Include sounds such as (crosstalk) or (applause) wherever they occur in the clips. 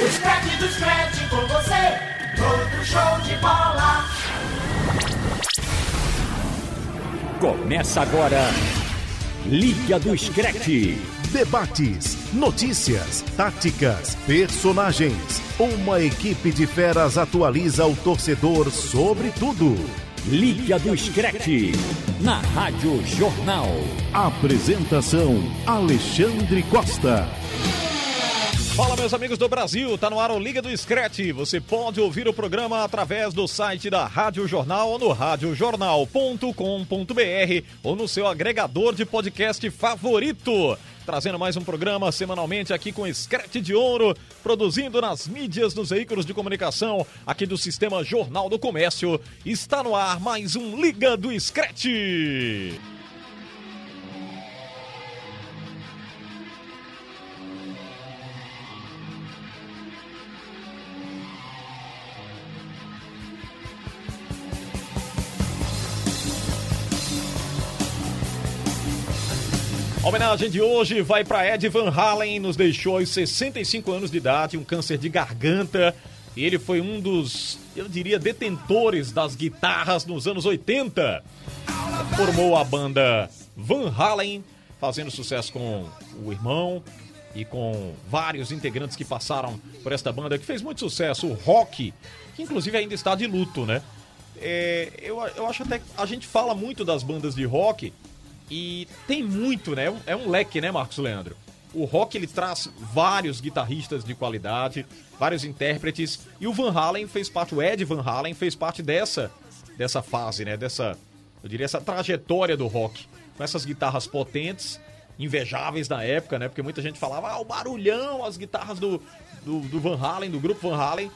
O scrap do scratch com você, todo show de bola. Começa agora, Liga do Screte. Debates, notícias, táticas, personagens. Uma equipe de feras atualiza o torcedor sobre tudo. Liga do Screte, na Rádio Jornal. Apresentação: Alexandre Costa. Fala, meus amigos do Brasil, tá no ar o Liga do Screte. Você pode ouvir o programa através do site da Rádio Jornal ou no radiojornal.com.br ou no seu agregador de podcast favorito. Trazendo mais um programa semanalmente aqui com Screte de Ouro, produzindo nas mídias dos veículos de comunicação aqui do Sistema Jornal do Comércio. Está no ar mais um Liga do Screte. A homenagem de hoje vai para Ed Van Halen, nos deixou aos 65 anos de idade, um câncer de garganta. E ele foi um dos, eu diria, detentores das guitarras nos anos 80. Formou a banda Van Halen, fazendo sucesso com o irmão e com vários integrantes que passaram por esta banda, que fez muito sucesso, o rock, que inclusive ainda está de luto, né? É, eu, eu acho até que a gente fala muito das bandas de rock, e tem muito, né? É um- É um leque, né, Marcos Leandro? O rock ele traz vários guitarristas de qualidade, vários intérpretes, e o Van Halen fez parte, o Ed Van Halen fez parte dessa dessa fase, né? Dessa, eu diria essa trajetória do rock, com essas guitarras potentes, invejáveis na época, né? Porque muita gente falava, ah, o barulhão, as guitarras do, do, do Van Halen, do grupo Van Halen,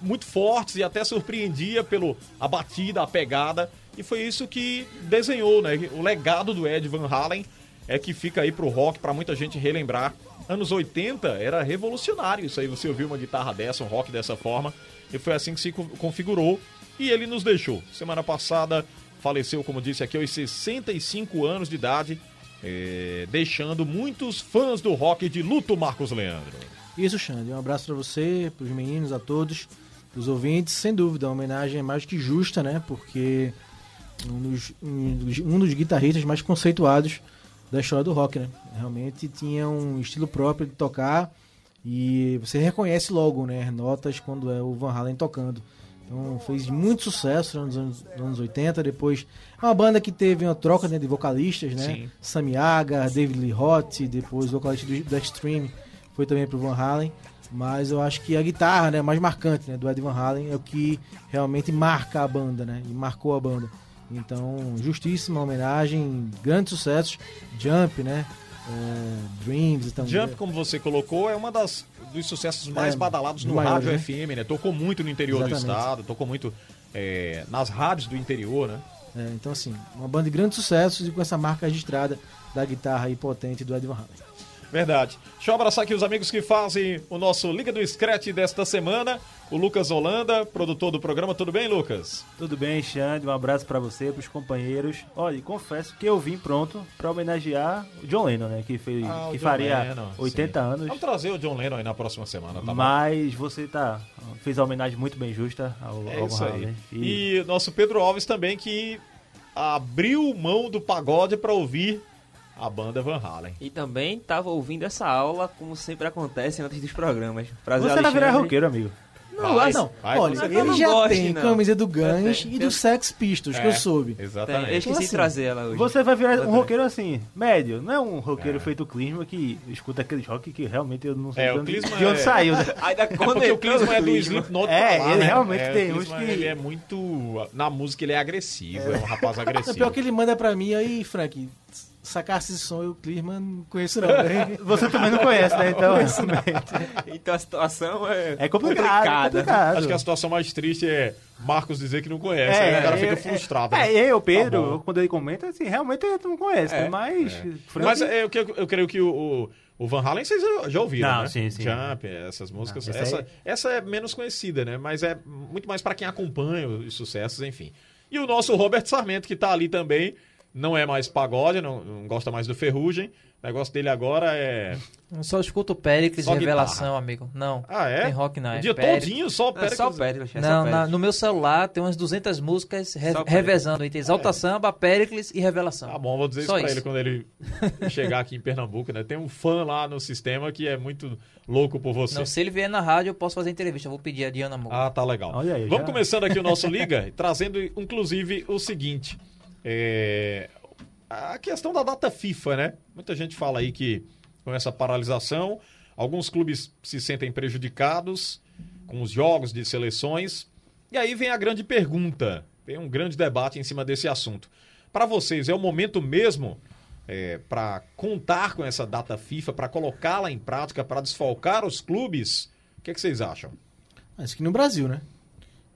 muito fortes e até surpreendia pelo a batida, a pegada. E foi isso que desenhou, né? O legado do Ed Van Halen é que fica aí pro rock para muita gente relembrar. Anos 80 era revolucionário isso aí, você ouviu uma guitarra dessa, um rock dessa forma, e foi assim que se co- configurou e ele nos deixou. Semana passada faleceu, como disse aqui, aos 65 anos de idade, eh, deixando muitos fãs do rock de luto, Marcos Leandro. Isso, Xande. Um abraço para você, para os meninos, a todos, para os ouvintes. Sem dúvida, uma homenagem mais que justa, né? Porque um dos, um dos- um dos guitarristas mais conceituados da história do rock, né? Realmente tinha um estilo próprio de tocar e você reconhece logo, né? Notas quando é o Van Halen tocando. Então fez muito sucesso né, nos anos, nos anos 80. Depois é uma banda que teve uma troca né, de vocalistas, né? Sim. Sammy Hagar, David Lee Roth, depois o vocalista do, da Stream foi também pro Van Halen. Mas eu acho que a guitarra, né, mais marcante, né, do Ed Van Halen é o que realmente marca a banda, né, e marcou a banda. Então, justíssima homenagem, grandes sucessos, Jump, né, é, Dreams, então, Jump, como você colocou, é uma das dos sucessos mais É, badalados no maiores, rádio né? FM, né? Tocou muito no interior do Exatamente. estado, tocou muito é, nas rádios do interior, né? é, então assim, uma banda de grandes sucessos e com essa marca registrada da guitarra aí potente do Ed Van Halen. Verdade. Deixa eu abraçar aqui os amigos que fazem o nosso Liga do Scratch desta semana. O Lucas Holanda, produtor do programa. Tudo bem, Lucas? Tudo bem, Xande? Um abraço pra você, pros companheiros. Olha, confesso que eu vim pronto pra homenagear o John Lennon, né? Que, fez, Ah, o que John faria Lennon, 80 sim. anos. Vamos trazer o John Lennon aí na próxima semana, tá bom? mas você tá fez a homenagem muito bem justa ao, É ao isso Van né, Halen. aí. E, E nosso Pedro Alves também que abriu mão do pagode pra ouvir a banda Van Halen. E também tava ouvindo essa aula, como sempre acontece antes dos programas. Prazer, você tá vai virar Alexandre. É, roqueiro, amigo. Não, Vai, vai, Não, vai, olha, com certeza. ele Eu já não gosto, tem não. camisa do Guns tem. e do Sex Pistols, É. que eu soube. Tem, Exatamente. eu esqueci Então, assim, de trazer ela hoje. Você vai virar um Exatamente. roqueiro assim, médio. Não é um roqueiro feito clisma que escuta aqueles rock que realmente eu não sei É, de o onde, clisma de onde é- saiu. (laughs) Né? Ainda É porque o Clisma é do Slipknot pra É, lá, ele né? realmente É, o tem uns Clisma, que- Ele é muito... Na música ele é agressivo, é, um rapaz (laughs) É agressivo. pior que ele manda pra mim aí, Frank, sacasse esse som, eu, Clisman, não conheço não. né? Você também não conhece, né? Então, Então a situação é... é complicado. é complicado. Acho que a situação mais triste é Marcos dizer que não conhece, né? O cara fica frustrado. É, né? é, eu, Tá Pedro, bom. quando ele comenta, assim, realmente tu não conhece, né? mas. Frank- Mas é, eu, eu, eu creio que o, o- o Van Halen vocês já- já ouviram, Não, né? sim, sim. Jump, essas músicas. Não, essa essa, aí- essa é menos conhecida, né? Mas é muito mais pra quem acompanha os sucessos, enfim. E o nosso Robert Sarmento, que tá ali também, não é mais pagode, não, não gosta mais do Ferrugem. O negócio dele agora é Eu só escuto Péricles Só Revelação, amigo. Não. Ah, é? Tem rock não. O é dia Péricles. todinho só o É Péricles. só o Péricles, é só o Não, na- Péricles. no meu celular tem umas 200 músicas re- Só Péricles. revezando entre Exalta Samba, Péricles e Revelação. É. Tá bom, vou dizer Só isso pra isso. ele quando ele (laughs) chegar aqui em Pernambuco, né? Tem um fã lá no sistema que é muito louco por você. Não, se ele vier na rádio, eu posso fazer entrevista. Eu vou pedir a Diana Moura. Ah, tá legal. Olha aí, Vamos já. começando aqui o nosso Liga, (laughs) trazendo inclusive o seguinte: é, a questão da data FIFA, né? Muita gente fala aí que com essa paralisação, alguns clubes se sentem prejudicados com os jogos de seleções. E aí vem a grande pergunta: tem um grande debate em cima desse assunto. Para vocês, é o momento mesmo para contar com essa data FIFA, para colocá-la em prática, para desfalcar os clubes? O que é que vocês acham? Ah, Isso aqui no Brasil, né?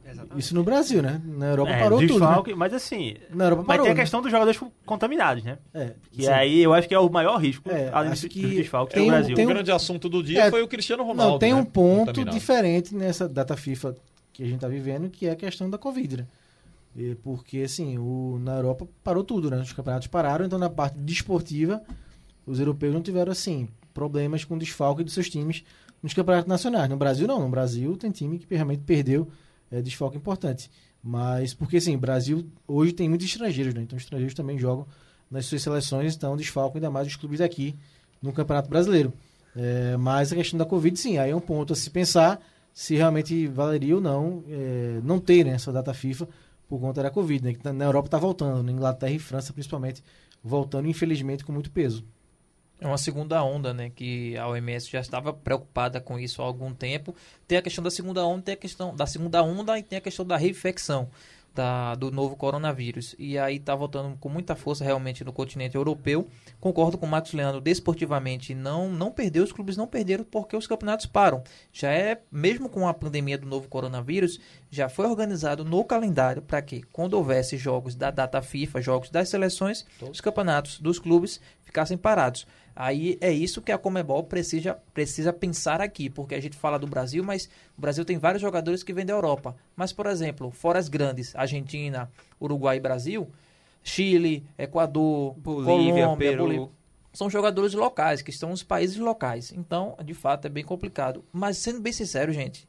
Exatamente. Isso no Brasil, né? Na Europa É, parou tudo. Né? desfalque, Mas assim, Na Europa mas parou, tem a né? questão dos jogadores contaminados, né? É, Que sim. aí eu acho que é o maior risco, É, além acho do que desfalque, tem do um- Brasil. tem o grande assunto do dia É, foi o Cristiano Ronaldo. Não, tem um né? ponto Contaminado. diferente nessa data FIFA que a gente está vivendo, que é a questão da Covid, né? E Porque, assim, o, na Europa parou tudo, né? Os campeonatos pararam, então na parte desportiva, os europeus não tiveram, assim, problemas com o desfalque dos seus times nos campeonatos nacionais. No Brasil, não. No Brasil, tem time que realmente perdeu é, desfalque importante. Mas, porque, assim, o Brasil hoje tem muitos estrangeiros, né? Então, os estrangeiros também jogam nas suas seleções, então desfalcam ainda mais os clubes daqui no Campeonato Brasileiro. É, mas a questão da Covid, sim, aí é um ponto a se pensar se realmente valeria ou não é, não ter né, essa data FIFA por conta da Covid, né, que tá- na Europa está voltando, na Inglaterra e França principalmente, voltando, infelizmente, com muito peso. É uma segunda onda, né? Que a OMS já estava preocupada com isso há algum tempo. Tem a questão da segunda onda, tem a questão da segunda onda e tem a questão da reinfecção da, do novo coronavírus. E aí tá voltando com muita força realmente no continente europeu. Concordo com o Marcos Leandro, desportivamente não não perdeu, os clubes não perderam porque os campeonatos param. Já é, mesmo com a pandemia do novo coronavírus, já foi organizado no calendário para que quando houvesse jogos da data FIFA, jogos das seleções, os campeonatos dos clubes ficassem parados. Aí é isso que a Comebol precisa, precisa pensar aqui, porque a gente fala do Brasil, mas o Brasil tem vários jogadores que vêm da Europa. Mas, por exemplo, fora as grandes, Argentina, Uruguai e Brasil, Chile, Equador, Bolívia, Colômbia, Peru. Bolívia, são jogadores locais, que estão nos países locais. Então, de fato, é bem complicado. Mas, sendo bem sincero, gente,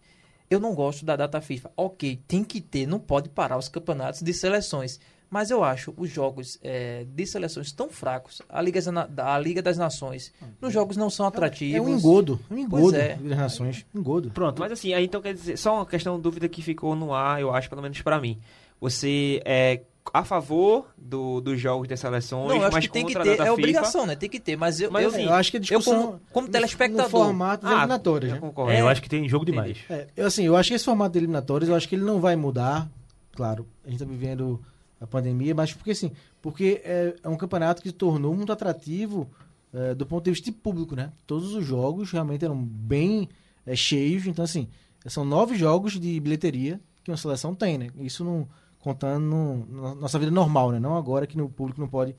eu não gosto da data FIFA. Ok, tem que ter, não pode parar os campeonatos de seleções. Mas eu acho os jogos eh, de seleções tão fracos. A Liga, Zana- da- a Liga das Nações. Os jogos não são atrativos. Uhum. É um engodo, é um engodo é. das nações, engodo. Pronto. Mas assim, aí então quer dizer, só uma questão dúvida que ficou no ar, eu acho, pelo menos pra mim. Você é a favor do, dos jogos das seleções, Não, eu acho mas que tem que contra ter, a data é FIFA? obrigação, né? Tem que ter, mas eu, Mas, eu, assim, eu acho que a discussão como- como no- telespectador. no formato de Ah, eliminatórias, eu né? concordo. É, eu acho que tem jogo demais. É, eu, assim, eu acho que esse formato de eliminatórias, eu acho que ele não vai mudar. Claro, a gente está vivendo a pandemia, mas porque assim, porque é, é um campeonato que se tornou muito atrativo é, do ponto de vista de público, né? Todos os jogos realmente eram bem é, cheios, então assim, são nove jogos de bilheteria que uma seleção tem, né? Isso não contando no- na nossa vida normal, né? Não agora que o público não pode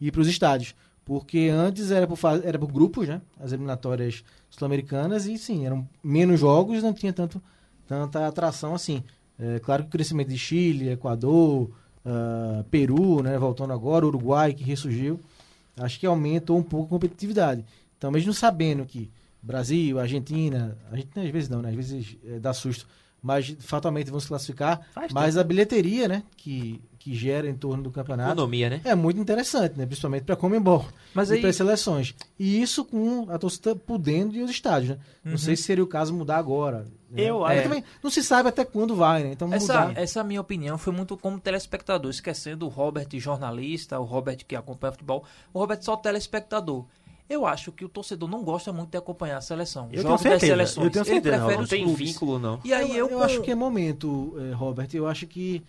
ir para os estádios. Porque antes era por, fa- era por grupos, né? As eliminatórias sul-americanas, e sim, eram menos jogos, não tinha tanto, tanta atração assim. É, claro que o crescimento de Chile, Equador, ah, Peru, né? Voltando agora, Uruguai, que ressurgiu, acho que aumentou um pouco a competitividade. Então, mesmo sabendo que Brasil, Argentina, Argentina às vezes não, né? Às vezes é, dá susto, mas fatalmente vão se classificar. mas a bilheteria, né? Que, que gera em torno do campeonato. Economia, né? É muito interessante, né? Principalmente para Comembol Mas e aí- para as seleções. E isso com a torcida podendo ir aos estádios, né? Não sei se seria o caso mudar agora. né? Eu Mas acho- também não se sabe até quando vai, né? Então Essa, mudar. essa minha opinião foi muito como telespectador, esquecendo o Robert jornalista, o Robert que acompanha futebol, o Robert só telespectador. Eu acho que o torcedor não gosta muito de acompanhar a seleção. Eu jogos tenho das certeza, seleções. eu tenho certeza, Ele prefere Robert. Não os tem clubes. vínculo, não. E aí eu, eu acho que é momento, eh, Robert. Eu acho que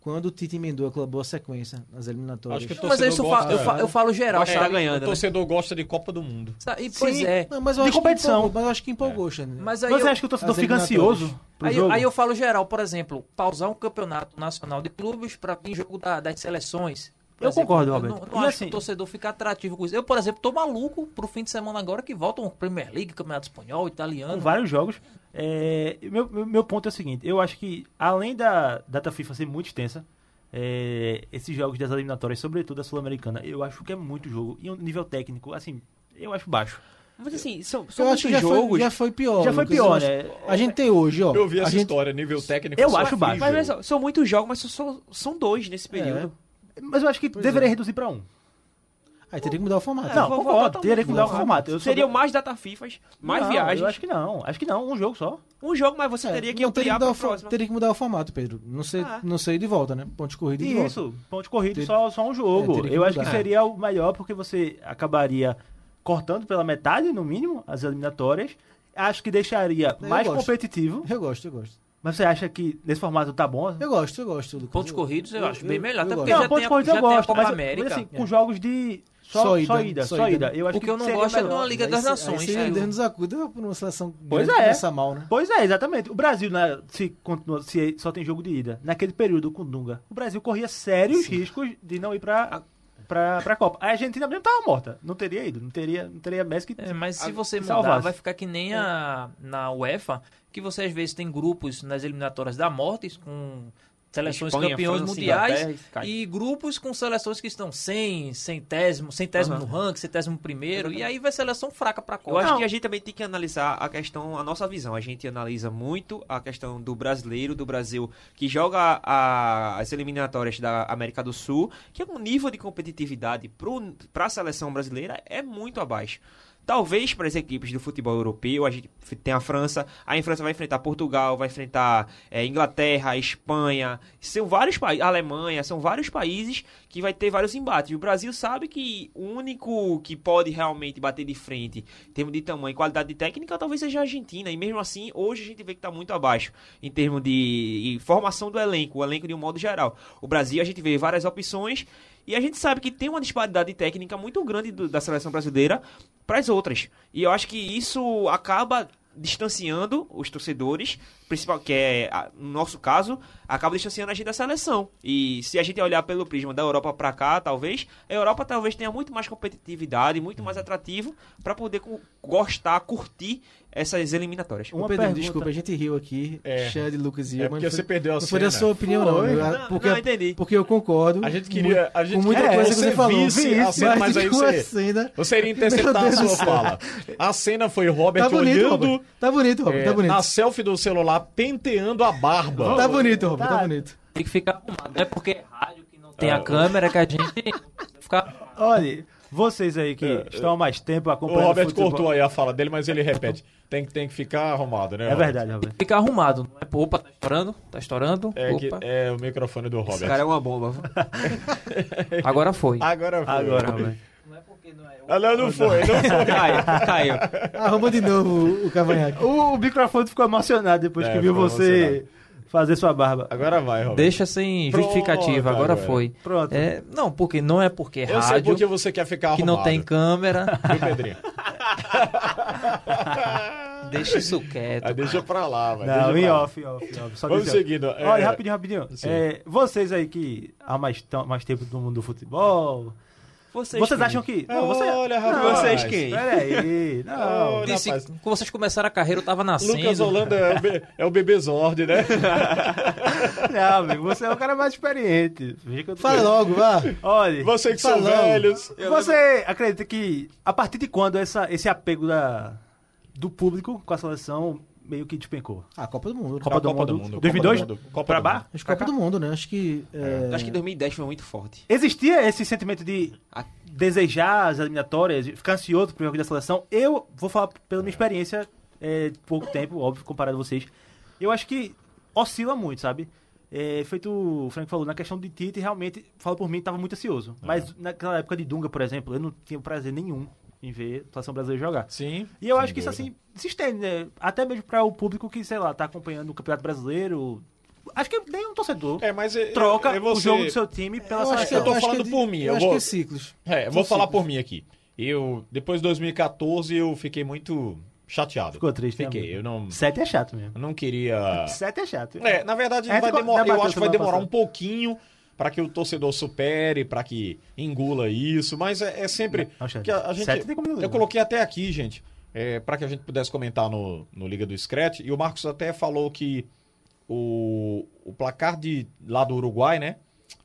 quando o Tite emendou aquela boa sequência nas eliminatórias. Acho que o Mas torcedor isso eu, gosta, fa- eu, fa- eu tá falo geral, Gosta sabe? da ganhando, O né? torcedor gosta de Copa do Mundo. Sa- E, pois Sim. é. Não, mas eu De acho Que competição. empolgou, mas eu acho que empolgou, Xande. Mas aí Você eu, acha que o torcedor as fica eliminatórias. ansioso pro Aí, eu- jogo? aí eu falo geral, por exemplo, pausar um campeonato nacional de clubes para ter jogo da- das seleções. Por Eu exemplo, concordo, eu Roberto. Não, não E acho assim- que o torcedor fica atrativo com isso. Eu, por exemplo, tô maluco pro fim de semana agora que voltam Premier League, Campeonato Espanhol, com Uhum. Italiano. vários jogos. É, meu, meu- meu ponto é o seguinte: eu acho que, além da data FIFA ser muito extensa, é, esses jogos das um eliminatórias, sobretudo a Sul-Americana, eu acho que é muito jogo. E o nível técnico, assim, eu acho baixo. Mas assim, são, são eu acho muitos que já foi, jogos. já foi pior. Já foi Lucas, pior, eu acho. né? A gente tem hoje, ó. Eu vi a essa gente- história, nível técnico. Eu só acho baixo. Mas horrível. olha só, são muitos jogos, mas só, só- são dois É. nesse período. Mas eu acho que é. deveria reduzir pra um. Aí teria que mudar o formato. Não, vou- vou concordo, botar um teria que mudar o formato. formato. Eu sou- Seriam mais data FIFAs, mais Não, Eu viagens. acho que não. Acho que não, um jogo só. Um jogo, mas você É, teria que não, teria ampliar mudar pra o fo- próxima. Teria que mudar o formato, Pedro. Não sei, Ah. não sei de volta, né? Ponto de corrida e de volta. Isso, ponto corrido, Ter- só, só um É, jogo. teria que eu acho que mudar. seria o melhor porque você acabaria cortando pela metade, no mínimo, as eliminatórias. Acho que deixaria Eu mais gosto. competitivo. Eu gosto, eu gosto. Mas você acha que nesse formato tá bom? Eu gosto, eu gosto, Lucas. Pontos corridos eu, acho bem melhor, até eu porque gosto. já ponto tem, a, corrido já eu tem a gosto, Copa mas- América. Mas, assim, com jogos de só, só ida, só ida, Eu acho o que eu não seria gosto é de melhor. uma Liga das Aí Nações. seria né? Deus nos acuda por uma seleção Pois grande é. que começa mal, né? Pois é, exatamente. O Brasil, né, se continua, se só tem jogo de ida. Naquele período com o Dunga, o Brasil corria sérios riscos de não ir pra, pra, pra Copa. A Argentina mesmo tava morta. Não teria ido, não teria, não teria Messi que. É, mas se a- você que mudar, salvasse. vai ficar que nem a, na UEFA, que você às vezes tem grupos nas eliminatórias da morte, com seleções Espanha, campeões França, mundiais, Inglaterra, cai. e grupos com seleções que estão sem, centésimo, centésimo no ranking, centésimo primeiro, e aí vai seleção fraca pra Copa. Eu acho que a gente também tem que analisar a questão, a nossa visão. A gente analisa muito a questão do brasileiro, do Brasil, que joga a- as eliminatórias da América do Sul, que é um nível de competitividade para a seleção brasileira é muito abaixo. Talvez para as equipes do futebol europeu, a gente f- tem a França, a França vai enfrentar Portugal, vai enfrentar eh, Inglaterra, Espanha, são vários países, Alemanha, são vários países que vai ter vários embates. E o Brasil sabe que o único que pode realmente bater de frente em termos de tamanho e qualidade técnica talvez seja a Argentina. E mesmo assim, hoje a gente vê que está muito abaixo em termos de formação do elenco, o elenco de um modo geral. O Brasil, a gente vê várias opções e a gente sabe que tem uma disparidade técnica muito grande do- da seleção brasileira para as outras. E eu acho que isso acaba distanciando os torcedores, principal que é a- no nosso caso, acaba distanciando a gente da seleção. E se a gente olhar pelo prisma da Europa para cá, talvez a Europa talvez tenha muito mais competitividade, muito mais atrativo para poder cu- gostar, curtir essas eliminatórias. Ô, Uma Pedro, pergunta. desculpa, a gente riu aqui. É. Xande, Lucas e É eu. mas porque não você foi- perdeu a Não foi da cena. sua opinião, não. Foi. Eu- Não, porque, não, entendi. Porque eu concordo. A gente queria- Muito, a gente com muita queria coisa que que você você falou. visse a cena, mas aí com você- a cena- Você iria Meu interceptar a Deus do sua céu. fala. A cena foi Robert Tá bonito, olhando Robert. Tá bonito, Robert. é, tá bonito. na selfie do celular, penteando a barba. Tá bonito, Robert. Tá Tá. bonito. Tem que ficar arrumado, não é porque é rádio que não tem a câmera que a gente fica... Olha, vocês aí que estão há mais tempo É, O acompanhando. Robert futebol- cortou aí a fala dele, mas ele repete. Tem, que- tem que ficar arrumado, né? É Robert? verdade, Roberto. Fica arrumado, não é? Opa, tá estourando, tá estourando, É, que- opa, é o microfone do Robert. Esse cara é uma bomba. agora foi. Agora foi. Agora, Roberto. Ah, não, não foi, não foi. Caiu, caiu. Arrumou de novo o cavanhaque. O microfone ficou emocionado depois É, que viu ficou você fazer sua barba. Agora vai, Robert. Deixa sem Pronto, justificativa, agora, agora. foi. Pronto. É, não, porque não é porque é Eu sei rádio, porque você quer ficar que arrumado. não tem câmera, (laughs) Viu, Pedrinho? deixa isso quieto. Ah, deixa pra lá, vai. Não, deixa em pra lá. off, em off, em off. Só Vamos dizer. seguindo, é- Olha, rapidinho, rapidinho. Sim. É, vocês aí que há mais, tão- mais tempo no mundo do futebol, vocês, acham que... Não, você... É, Olha, rapaz. Não, Vocês quem? Peraí, não. Olha, Disse, rapaz. quando vocês começaram a carreira, eu tava nascendo. Lucas Holanda é o, be é o bebezorde, né? Não, amigo, você é o cara mais experiente. Veja que eu tô- Fala logo, vá. Olha, Você que são Falando. velhos. você acredita que a partir de quando essa, esse apego da, do público com a seleção meio que despencou? Ah, Copa do Mundo. né? Copa do Mundo. Copa do 2002? Mundo. Copa pra do baixo? Acho que Copa do Mundo, né? Acho que. é, Acho que 2010 foi muito forte. Existia esse sentimento de A- desejar as eliminatórias, de ficar ansioso pro jogo da seleção. Eu vou falar pela minha experiência, é, de pouco tempo, óbvio, comparado a vocês. Eu acho que oscila muito, sabe? É, feito o Frank falou, na questão de Tite, realmente, falo por mim, tava muito ansioso. É. Mas naquela época de Dunga, por exemplo, eu não tinha prazer nenhum em ver a seleção brasileira jogar. Sim. E eu sem acho que isso dúvida. assim se estende, né? Até mesmo para o público que, sei lá, tá acompanhando o Campeonato Brasileiro. Acho que nem um torcedor É, mas é- troca é o você- jogo do seu time pela Eu acho que seleção. eu tô acho que falando é de- por mim, Eu, eu acho vou- que é ciclos. É, eu vou falar por mim aqui. Eu, depois de 2014, eu fiquei muito chateado. Ficou triste, né, Fiquei. amigo? Eu não, Sete é chato mesmo. eu não queria. Sete é chato. É, na verdade, É, vai tu- demorar, eu debateu acho que vai semana demorar passada. um pouquinho pra que o torcedor supere, pra que engula isso, mas é, é sempre Não, Xande, que a, a gente um sete tem como engolir, Eu né? coloquei até aqui, gente, é, para que a gente pudesse comentar no, no Liga do Scratch, e o Marcos até falou que o, o placar de lá do Uruguai, né,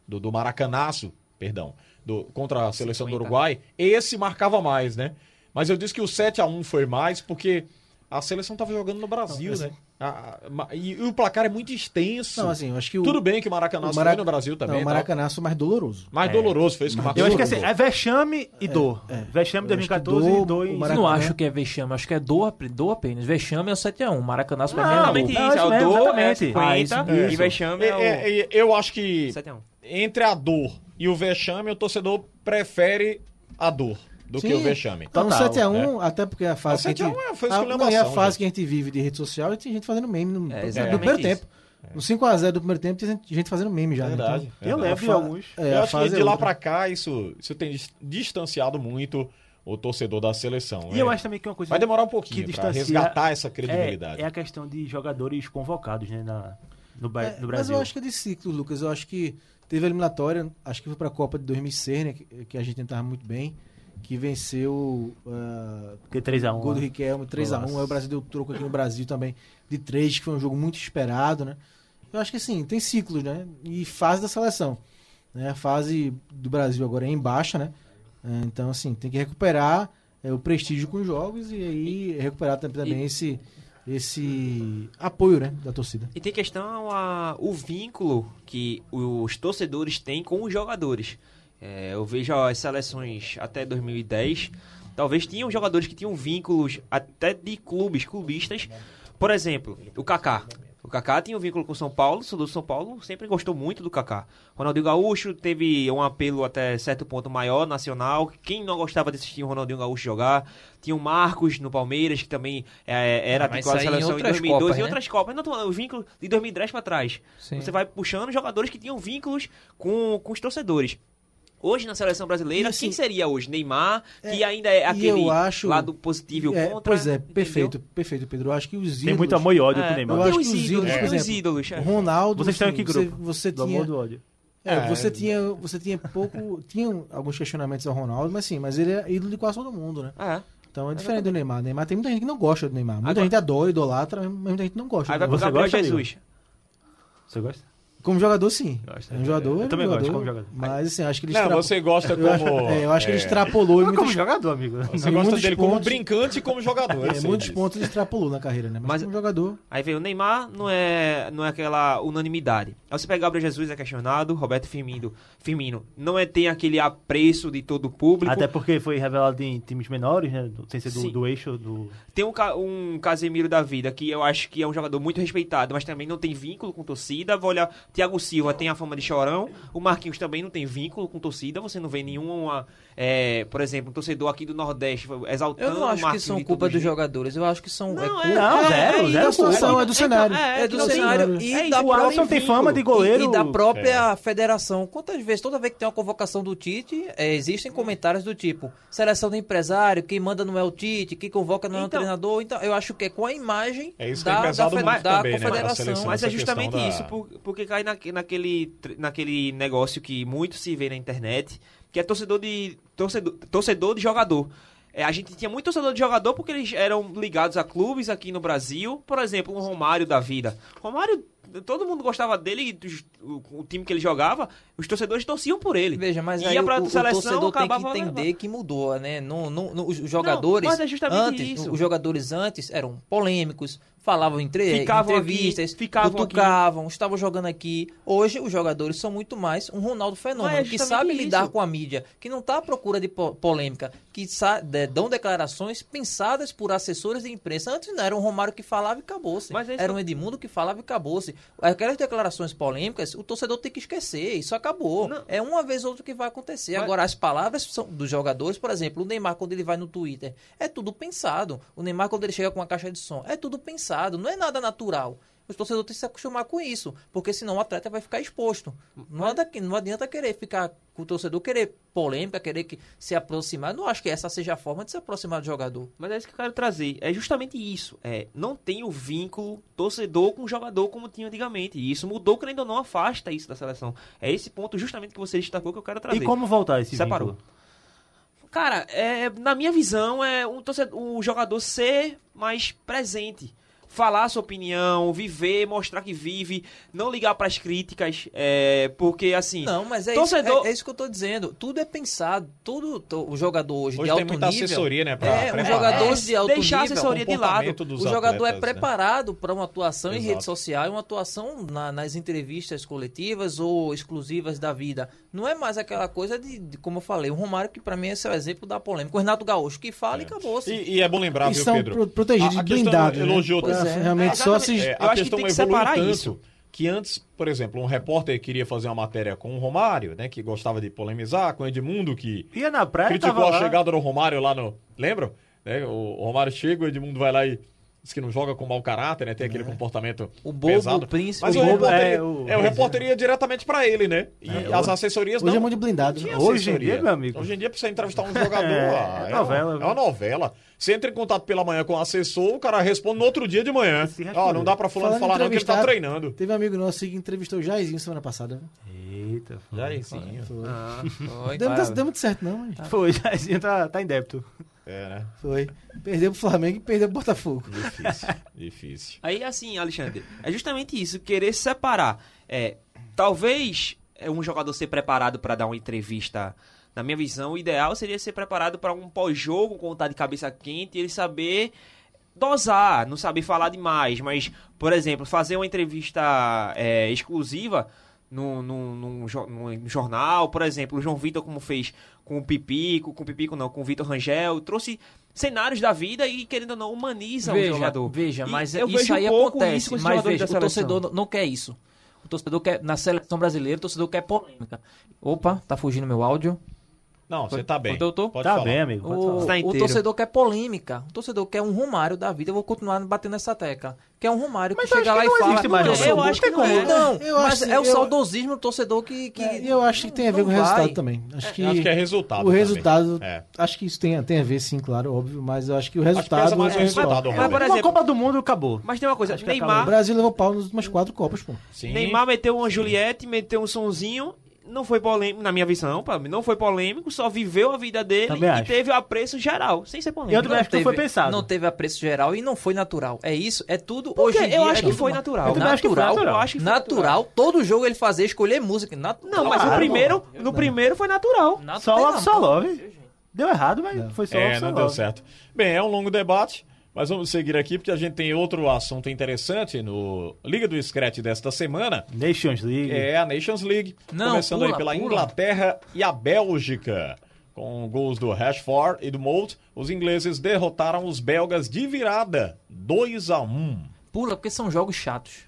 do, do Maracanaço, perdão, do, contra a seleção do 50. Uruguai, esse marcava mais, né? Mas eu disse que o 7 a 1 foi mais porque a seleção estava jogando no Brasil, né? A- a- ma- e, e o placar é muito extenso. Não, assim, eu acho que o- Tudo bem que o Maracanã foi Mara- no Brasil também. Não, é o e tal. Maracanaço mais doloroso. Mais doloroso, foi isso que o Marcos Eu acho que falou. assim, é vexame e dor. Vexame é. Eu acho que 2014 dor, e dor o em... Maracanã- Não acho que é vexame, acho que é dor, ap- dor apenas. Vexame é o 7x1, Maracanaço pra mim é Não, a realmente dor. não, isso. É isso o mesmo, dor, é exatamente. 50 Ah, isso e mesmo. vexame É, é, o é, é, eu acho que 7 a 1. entre a dor e o vexame, o torcedor prefere a dor do que Sim. o vexame. né? Tá no Total, 7x1, até porque a fase. Não, que a 7 a 1 é- gente, foi a, não, e a esculhambação, fase que a gente vive de rede social e tem gente fazendo meme no, É, no exatamente primeiro isso. tempo. No 5x0 do primeiro tempo, tem gente- gente fazendo meme já. né? É. Verdade, Então, verdade. Eu lembro de fa- alguns. é, eu a acho que fase de é lá outra. pra cá, isso, isso tem dis- distanciado muito o torcedor da seleção. E é. eu acho também que uma coisa Vai demorar um pouquinho que pra distancia resgatar essa é, credibilidade. é a questão de jogadores convocados, né, na, no, Ba- É, no Mas Brasil. eu acho que é de ciclo, Lucas. Eu acho que teve a eliminatória, acho que foi pra Copa de 2006, né? Que, que a gente tava muito bem. Que venceu ah, Porque 3x1. O gol do Riquelme, 3x1. Aí o Brasil deu troco aqui no Brasil também de 3, que foi um jogo muito esperado, né? Eu acho que assim, tem ciclos, né? E fase da seleção. Né? A fase do Brasil agora é em baixa, né? Eh, Então, assim, tem que recuperar eh, o prestígio com os jogos e aí recuperar tam- também esse, esse apoio né? da torcida. E tem questão a, o vínculo que os torcedores têm com os jogadores. É, eu vejo as seleções até 2010, talvez tinham jogadores que tinham vínculos até de clubes, clubistas. Por exemplo, o Kaká. O Kaká tinha um vínculo com o São Paulo, sou do São Paulo, sempre gostou muito do Kaká. Ronaldinho Gaúcho teve um apelo até certo ponto maior, nacional. Quem não gostava de assistir o Ronaldinho Gaúcho jogar? Tinha o Marcos no Palmeiras, que também é, era Ah, Mas articulado à isso aí em seleção em outras 2012 Copas, e né? outras outras Copas. Não, tô falando, o vínculo de 2010 pra trás. Sim. Você vai puxando jogadores que tinham vínculos com, com os torcedores. Hoje na seleção E, brasileira, assim, quem seria hoje? Neymar, que é, ainda é e aquele eu acho- lado positivo É, contra. pois é, entendeu? perfeito, perfeito, Pedro. Eu acho que os ídolos. Tem muito amor e ódio É, com o Neymar. Eu tem acho os que os ídolos, ídolos, por tem os exemplo, ídolos. é. Ronaldo, Vocês estão em assim, que você, grupo? você Do tinha amor do ódio. É, você tinha, você tinha pouco, tinha alguns questionamentos ao Ronaldo, mas sim, mas ele é ídolo de quase todo mundo, né? É. Então é diferente do Neymar. Neymar tem muita gente que não gosta do Neymar. Muita Agora- gente adora, idolatra, mas muita gente não gosta. do Aí vai pro Neymar. Você Gabriel gosta, amigo? Jesus. Você gosta? Como jogador, sim. Gosta, É um jogador, eu é um também gosto jogador, como jogador. Mas assim, acho que ele Não, extrapo- você gosta como. eu acho, é, eu acho que ele extrapolou em Mas como muitos, jogador, amigo. (laughs) Você em gosta muitos dele como pontos- brincante e como jogador. eu é, sei muitos disso. pontos ele extrapolou na carreira, né? Mas, Mas- como jogador, Aí vem o Neymar, não é, não é aquela unanimidade. Aí você pega Gabriel Jesus, é questionado. Roberto Firmino, Firmino não é, tem aquele apreço de todo o público. Até porque foi revelado em times menores, né? do- Sem ser do, Sim. do eixo do. Tem um, Ca- um Casemiro da vida, que eu acho que é um jogador muito respeitado, mas também não tem vínculo com torcida. Vou olhar, Thiago Silva tem a fama de chorão, o Marquinhos também não tem vínculo com torcida. Você não vê nenhuma, é, por exemplo, um torcedor aqui do Nordeste exaltando Eu não o acho que Marquinhos são de culpa todo dos jeito. jogadores, eu acho que são. é culpa- Não, zero, isso, zero a situação culpa. Então, É É, do que não tem- cenário é e isso, da O Alisson própria, tem fama de goleiro. e da É. própria federação. Quantas vezes, toda vez que tem uma convocação do Tite, é, existem comentários do tipo: seleção do empresário, quem manda não é o Tite, quem convoca não é o Então. treinador. Então, eu acho que é com a imagem É isso que da, tem da, pesado fe- muito da também, né, pra confederação. seleção. Mas essa é justamente questão da- isso, por- porque cai na- naquele, tr- naquele negócio que muito se vê na internet, que é torcedor de. torcedor, torcedor de jogador. É, a gente tinha muito torcedor de jogador porque eles eram ligados a clubes aqui no Brasil. Por exemplo, um Romário da vida. Romário, todo mundo gostava dele, e dos- o, o time que ele jogava, os torcedores torciam por ele. Veja, mas Ia aí o, pra o- o seleção, torcedor tem que acabava entender levando. que mudou, né? Não, não, não- os os jogadores mas é justamente antes, isso. os jogadores antes eram polêmicos, falavam em entre, Ficavam entrevistas, aqui, ficavam cutucavam, estavam jogando aqui. Hoje os jogadores são muito mais um Ronaldo fenômeno Mas é que justamente sabe isso. lidar com a mídia, que não está à procura de po- polêmica, que sa- de- dão declarações pensadas por assessores de imprensa. Antes não era um Romário que falava e acabou-se. Mas é isso Era um Edmundo que falava e acabou-se. Aquelas declarações polêmicas, o torcedor tem que esquecer. Isso acabou. Não. É uma vez ou outra que vai acontecer. Mas- Agora, as palavras são dos jogadores, por exemplo, o Neymar, quando ele vai no Twitter, é tudo pensado. O Neymar, quando ele chega com uma caixa de som, é tudo pensado. Não é nada natural. Os torcedores têm que se acostumar com isso, porque senão o atleta vai ficar exposto. Não adianta, não adianta querer ficar com o torcedor, querer polêmica, querer que se aproximar. Não acho que essa seja a forma de se aproximar do jogador. Mas é isso que eu quero trazer. É justamente isso. É, não tem o vínculo torcedor com jogador como tinha antigamente. E isso mudou, querendo ou não, afasta isso da seleção. É esse ponto justamente que você destacou que eu quero trazer. E como voltar esse Separou. vínculo? Cara, é, na minha visão, é um, torcedor, um jogador ser mais presente. falar a sua opinião, viver, mostrar que vive, não ligar pras críticas, é, porque assim. Não, mas é, torcedor- isso, é, é isso que eu tô dizendo. Tudo é pensado. Tudo to- o jogador hoje, de Hoje alto tem muita nível. assessoria, né, pra é, um preparar. jogador É, de alto deixar a nível. assessoria de lado. comportamento dos o jogador é atletas, né? preparado para uma atuação em Exato. rede social e uma atuação na- nas entrevistas coletivas ou exclusivas da vida. Não é mais aquela coisa de, de, como eu falei, o Romário, que para mim esse é o exemplo da polêmica. O Renato Gaúcho que fala e acabou. se E, e é bom lembrar, E viu, são Pedro? pro- protegidos, A- a questão blindados, né? Elogiou Pois tanto. é. Realmente só exatamente. se É, Eu a acho que questão tem que evoluiu separar tanto isso. que antes, por exemplo, um repórter queria fazer uma matéria com o Romário, né, que gostava de polemizar, com o Edmundo, que Ia na É, praia, criticou tava a lá. chegada do Romário lá no... Lembram? Né, o o Romário chega, o Edmundo vai lá e diz que não joga com mau caráter, né, tem aquele comportamento O bobo, pesado. o príncipe, Mas o o, bobo, repórter, é, é, o- o repórter ia diretamente pra ele, né? E as assessorias hoje é não. muito blindado. Tinha Hoje em assessoria. dia, meu amigo. Hoje em dia, pra você entrevistar um jogador. (laughs) É, ah, é uma- novela, É uma novela. Você entra em contato pela manhã com o assessor, o cara responde no outro dia de manhã. Se responder. Ó, não dá pra fulano Falando em falar não que ele tá entrevistado, treinando. Teve um amigo nosso que entrevistou o Jairzinho semana passada. né? Eita, foi. É. Ah, Foi, Deu, cara. muito, deu muito certo, não, mas Foi, (laughs) Jairzinho tá, tá em débito. É, né? foi. Perdeu pro Flamengo e perdeu pro Botafogo. Difícil. (laughs) Difícil. Aí, assim, Alexandre, é justamente isso, querer separar. É, talvez é, um jogador ser preparado para dar uma entrevista. Na minha visão, o ideal seria ser preparado para um pós-jogo, contar de cabeça quente e ele saber dosar, não saber falar demais. Mas, por exemplo, fazer uma entrevista é, exclusiva num, num- num jo- num jornal, por exemplo, o João Vitor, como fez com o Pipico, com o Pipico não, com o Vitor Rangel, trouxe cenários da vida e, querendo ou não, humaniza veja, Então, o jogador. Veja, E mas eu isso vejo aí pouco acontece. isso com os mas jogadores veja, da o seleção. torcedor não- não quer isso. O torcedor quer, na seleção brasileira, o torcedor quer polêmica. Opa, tá fugindo meu áudio. Não, você tá bem. Foi, doutor? Pode tá falar. bem, amigo. pode falar. O, Tá o inteiro. torcedor quer polêmica. O torcedor quer um Romário da vida. Eu vou continuar batendo nessa tecla. Quer um Romário Mas que eu chega acho lá que e não fala. existe mais "Não, João eu Vitor, acho que não não tem é. como, Não, Eu mas acho- é o eu- saudosismo do torcedor que. que É, eu acho que tem a ver não com o resultado vai. também. Acho que, Eu acho que é resultado. o também. resultado. É. Acho que isso tem, tem a ver, sim, claro, óbvio, mas eu acho que o Acho que pesa resultado. mais o é principal. resultado, Mas, por Romário. Uma exemplo, Copa do Mundo acabou. mas tem uma coisa, Acho que O Neymar, Brasil levou pau nas últimas quatro Copas, pô. Sim. Neymar meteu uma Juliette, meteu um sonzinho, não foi polêmico, na minha visão, pra mim, não foi polêmico, só viveu a vida dele Também e acho. teve o apreço geral, sem ser polêmico. Eu também acho que não foi pensado. Não teve apreço geral e não foi natural. É isso, é tudo Porque hoje. em eu dia acho é que tudo foi ma- natural. Eu também acho que foi natural. natural. Eu acho que foi natural, todo jogo é ele fazer, escolher música. nat- Não, mas no Claro, primeiro, no primeiro foi natural. nat- Ah, Só pelo Love, só amor- Love. Deu errado, mas foi só Love, É, só não Love. deu certo. Bem, é um longo debate, mas vamos seguir aqui porque a gente tem outro assunto interessante no Liga do Scratch desta semana. Nations League. É a Nations League. Não, começando pula, aí pela pula. Inglaterra e a Bélgica. Com gols do Rashford e do Molt, os ingleses derrotaram os belgas de virada. 2 a 1 Pula, porque são jogos chatos.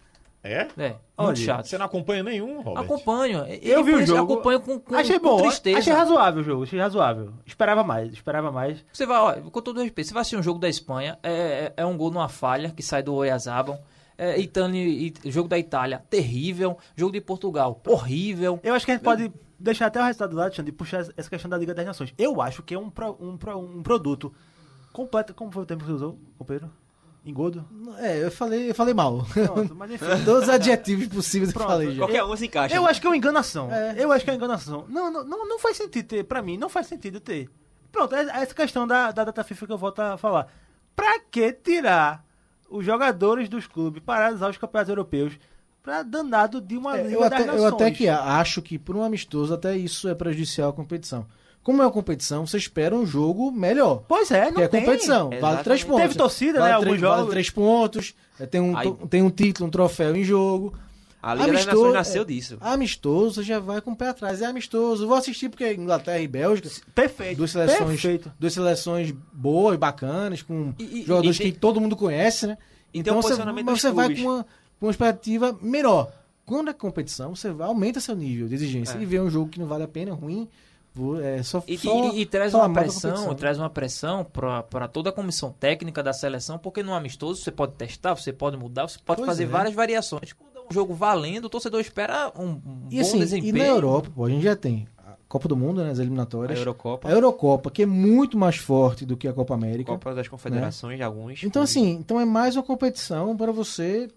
É? É, Olha, muito chato. Você não acompanha nenhum, Robert? Acompanho. Eu vi o por isso, jogo. Acompanho com, com, achei com bom, tristeza. achei razoável o jogo, achei razoável. Esperava mais, esperava mais. Você vai, ó, com todo respeito, você vai assistir um jogo da Espanha, é, é- é um gol numa falha que sai do Oyarzabal. É, Itani, It- jogo da Itália, terrível. Jogo de Portugal, horrível. Eu acho que a gente pode deixar até o resultado do lado, Alexandre, e puxar essa questão da Liga das Nações. Eu acho que é um, pro- um, pro- um produto completo. Como foi o tempo que você usou, companheiro? Engodo? É, eu falei, eu falei mal. (laughs) Pronto, mas enfim. (laughs) Todos os adjetivos possíveis eu falei já. Qualquer um se encaixa. Eu acho que é uma enganação. É. Eu acho que é uma enganação. Não, não, não, não faz sentido ter, pra mim, não faz sentido ter. Pronto, é é essa questão da, da data FIFA que eu volto a falar. Pra que tirar os jogadores dos clubes para analisar os campeonatos europeus pra danado de uma É, Liga eu, até, das eu até Nações? que a- acho que por um amistoso até isso é prejudicial à competição. Como é uma competição, você espera um jogo melhor. Pois é, não Porque é tem. competição, vale Exatamente. três pontos. Teve torcida, vale né, Três, alguns Vale jogos. três pontos, é, tem, um, Aí- to- tem um título, um troféu em jogo. A Liga das Amistoso- Nações nasceu disso. Amistoso, você já vai com o pé atrás. É amistoso. Vou assistir porque é Inglaterra e Bélgica. Perfeito. Duas seleções, Perfeito. duas seleções boas, bacanas, com E- e- jogadores e tem- que todo mundo conhece, né? E tem um Então você, posicionamento mas dos você vai clubes. com uma, com uma expectativa melhor. Quando é competição, você vai- aumenta seu nível de exigência. É. E ver um jogo que não vale a pena, ruim, vou- é só E, só- e- e traz só uma amar a pressão, competição. né? traz uma pressão para toda a comissão técnica da seleção, porque no amistoso você pode testar, você pode mudar, você pode Pois fazer é. várias variações. Quando é um jogo valendo, o torcedor espera um, um E bom assim, desempenho. e na Europa, pô, a gente já tem a Copa do Mundo, né, as eliminatórias. A Eurocopa. A Eurocopa, que é muito mais forte do que a Copa América. Copa das Confederações de alguns. Então, assim, então é mais uma competição para você,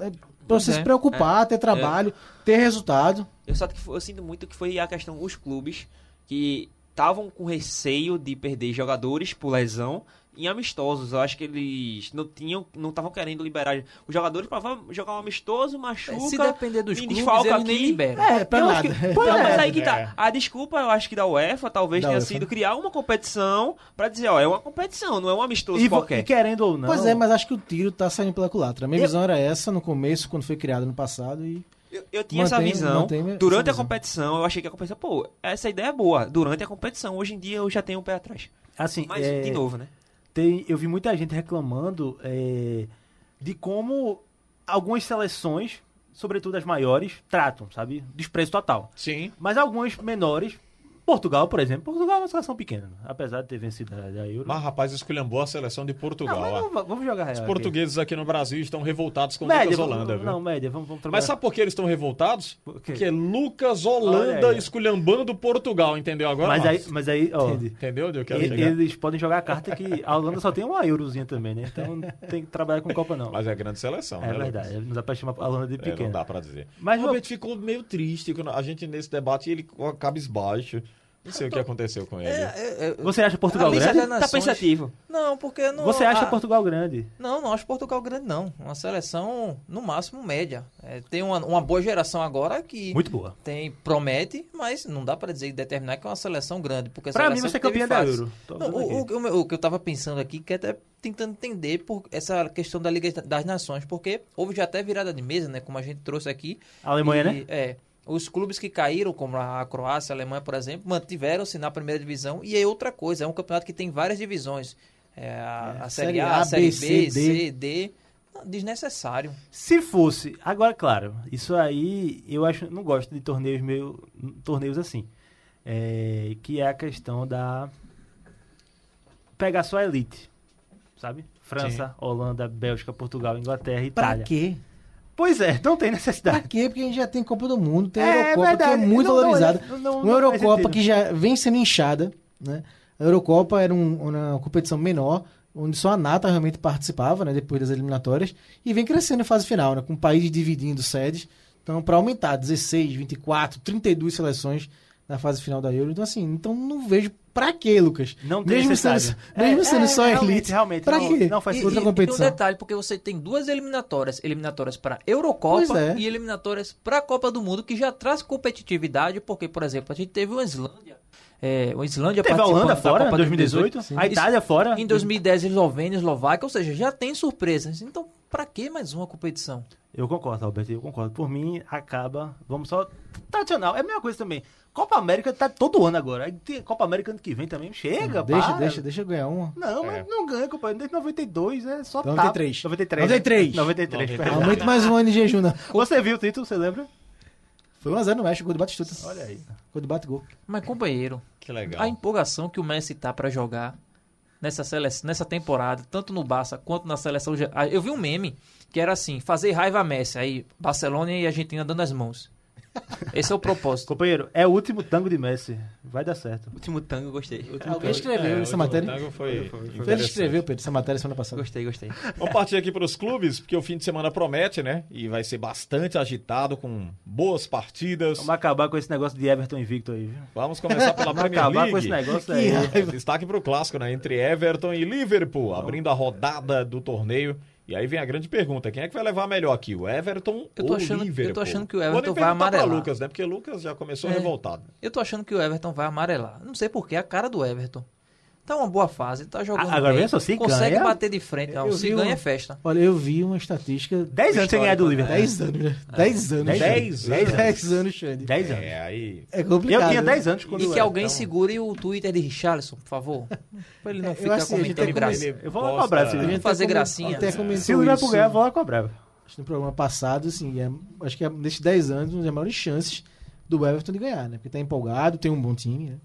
é, pra você é, se preocupar, ter trabalho, ter resultado. Eu, só que, eu sinto muito que foi a questão os clubes que estavam com receio de perder jogadores por lesão em amistosos. Eu acho que eles não tinham, não estavam querendo liberar os jogadores para jogar um amistoso, machuca. Se depender dos me clubes, desfalca eles nem aqui. liberam. É, pra eu nada. acho (laughs) que- Pra Não, mas nada. aí que É. tá. A desculpa, eu acho que da UEFA talvez Da tenha UEFA, sido né? criar uma competição para dizer, ó, é uma competição, não é um amistoso E, vo- qualquer. e querendo ou não. Pois é, mas acho que o tiro tá saindo pela culatra. A minha visão era essa no começo, quando foi criado no passado, e Eu, eu tinha Mantém- essa visão. mantém essa durante visão. a competição, eu achei que a competição, pô, essa ideia é boa. Durante a competição, hoje em dia eu já tenho um pé atrás. Assim, Mas, é, de novo, né? tem- eu vi muita gente reclamando é, de como algumas seleções, sobretudo as maiores, tratam, sabe? Desprezo total. Sim. Mas algumas menores, Portugal, por exemplo. Portugal é uma seleção pequena, apesar de ter vencido a, a Euro. Mas, rapaz, esculhambou a seleção de não, Portugal. mas ó. não va- vamos jogar real. Os aqui. portugueses aqui no Brasil estão revoltados com o média, Lucas vamos- Holanda, viu? Não, média, vamos, vamos trabalhar. Mas sabe por que eles estão revoltados? Por quê? Porque Lucas Olha Holanda aí. esculhambando Portugal, entendeu agora? Mas aí, Márcio? mas aí, ó, Entendeu onde eu quero e- chegar? eles podem jogar a carta que a Holanda só tem uma eurozinha também, né? Então não tem que trabalhar com Copa, não. Mas é grande seleção, é né, verdade, Lucas? não dá pra chamar a Holanda de É, não pequena. dá pra dizer. Mas, Mas o Robert ficou meio triste. quando A gente, nesse debate, ele cabisbaixo. Não sei o que aconteceu com ele. É, É, É, você acha Portugal Além grande? das Tá nações- pensativo. Não, porque não. Você acha a- Portugal grande? Não, não acho Portugal grande, não. Uma seleção, no máximo, média. É, tem uma, uma boa geração agora que Muito boa. tem, promete, mas não dá pra dizer e determinar que é uma seleção grande. Porque a Pra mim, seleção você é teve campeã da fases. Euro. Tô Não, vendo o, aqui. o- o meu- o que eu tava pensando aqui, que é até tentando entender por essa questão da Liga das Nações, porque houve já até virada de mesa, né? Como a gente trouxe aqui. A Alemanha, E, né? É. Os clubes que caíram, como a Croácia, a Alemanha, por exemplo, mantiveram-se na primeira divisão. E é outra coisa, é um campeonato que tem várias divisões. É, a, É, a Série Série A, A, a Série B, B, C, D. Não, Desnecessário. Se fosse, agora claro, isso aí eu acho, não gosto de torneios meio torneios assim, É, que é a questão da pegar só a elite, sabe? França, Holanda, Bélgica, Portugal, Inglaterra, pra Itália. quê? Pois é, não tem Pra necessidade. quê? Porque a gente já tem Copa do Mundo, tem É, a Eurocopa, que é verdade. muito Não, não, valorizada. não, uma não, não faz Eurocopa sentido. que já vem sendo inchada, né? A Eurocopa era um- uma competição menor, onde só a Nata realmente participava, né? Depois das eliminatórias, e vem crescendo em fase final, né? Com países dividindo sedes. Então, para aumentar 16, 24, 32 seleções na fase final da Euro. Então, assim, então não vejo pra quê, Lucas? Não tem mesmo sendo, necessidade. mesmo É, sendo é, só a realmente, elite. realmente, pra não- quê? não faz E, outra sentido. e- e tem um competição. detalhe, porque você tem duas eliminatórias. Eliminatórias para Pois Eurocopa é. e eliminatórias para a Copa do Mundo, que já traz competitividade, porque, por exemplo, a gente teve uma Islândia. É, uma Islândia Teve a participando Holanda da fora em Copa de 2018, a Isso- Itália fora. Em 2010, Eslovênia, Eslováquia, ou seja, já tem surpresas. Então, pra que mais uma competição? Eu concordo, Alberto, eu concordo. Por mim, acaba. Vamos só. Tradicional, é a mesma coisa também. Copa América tá todo ano agora. Aí tem Copa América ano que vem também. Chega, Deixa, para. deixa, deixa eu ganhar uma. Não, mas não ganha, companheiro. Desde 92, é só 93. Tapa. 93. 93. 93. 93. Aumenta mais um ano de jejum, não. Você viu o título, você lembra? Foi 1x0 no México, gol do Batistuta. Olha aí. Gol do Bate Gol. Mas, companheiro, Que legal. a empolgação que o Messi tá pra jogar nessa, seleção, nessa temporada, tanto no Barça quanto na seleção. ge- Ah, Eu vi um meme que era assim: fazer raiva a Messi. Aí, Barcelona e Argentina dando as mãos. Esse é o propósito. Companheiro, é (laughs) o último tango de Messi. Vai dar certo. Último tango, gostei. Alguém É, escreveu o essa matéria? Thiago Foi, Ele interessante. escreveu, Pedro, essa matéria semana passada. Gostei, gostei. Vamos partir aqui para os clubes, porque o fim de semana promete, né? E vai ser bastante agitado, com boas partidas. Vamos acabar com esse negócio de Everton invicto aí, viu? Vamos começar pela (laughs) Vamos Premier acabar League. com esse negócio aí. Destaque para o clássico, né? Entre Everton e Liverpool, abrindo a rodada do torneio. E aí vem a grande pergunta: quem é que vai levar melhor aqui? O Everton Eu tô ou o achando- eu tô Liverpool? achando que o Vou nem Everton vai perguntar pra amarelar. Lucas, né? Porque o Lucas já começou É. revoltado. Eu tô achando que o Everton vai amarelar. Não sei porquê, a cara do Everton. Tá uma boa fase, tá jogando. Ah, agora bem, veja só, se consegue ganha- bater de frente. Não, Eu se vi um- ganha é festa. Olha, eu vi uma estatística. 10 anos sem ganhar do Liverpool. 10 anos, né? Ah. 10 anos. Dez Xande. anos. 10 anos, Xande. 10 anos. É, aí. É Eu complicado. tinha né? 10 anos quando E eu que era, alguém então- segure o Twitter de Richarlison, por favor. Pra ele não É, Eu ficar acho que a gente tem comentando que graça. Eu vou lá cobrar esse A gente até fazer comen- gracinha. Até comentou Se o Liverpool isso ganhar, eu vou lá cobrar. acho que no programa passado, assim, é- acho que é, nesses 10 anos, uma das maiores chances do Everton de ganhar, né? Porque tá empolgado, tem um bom time, né?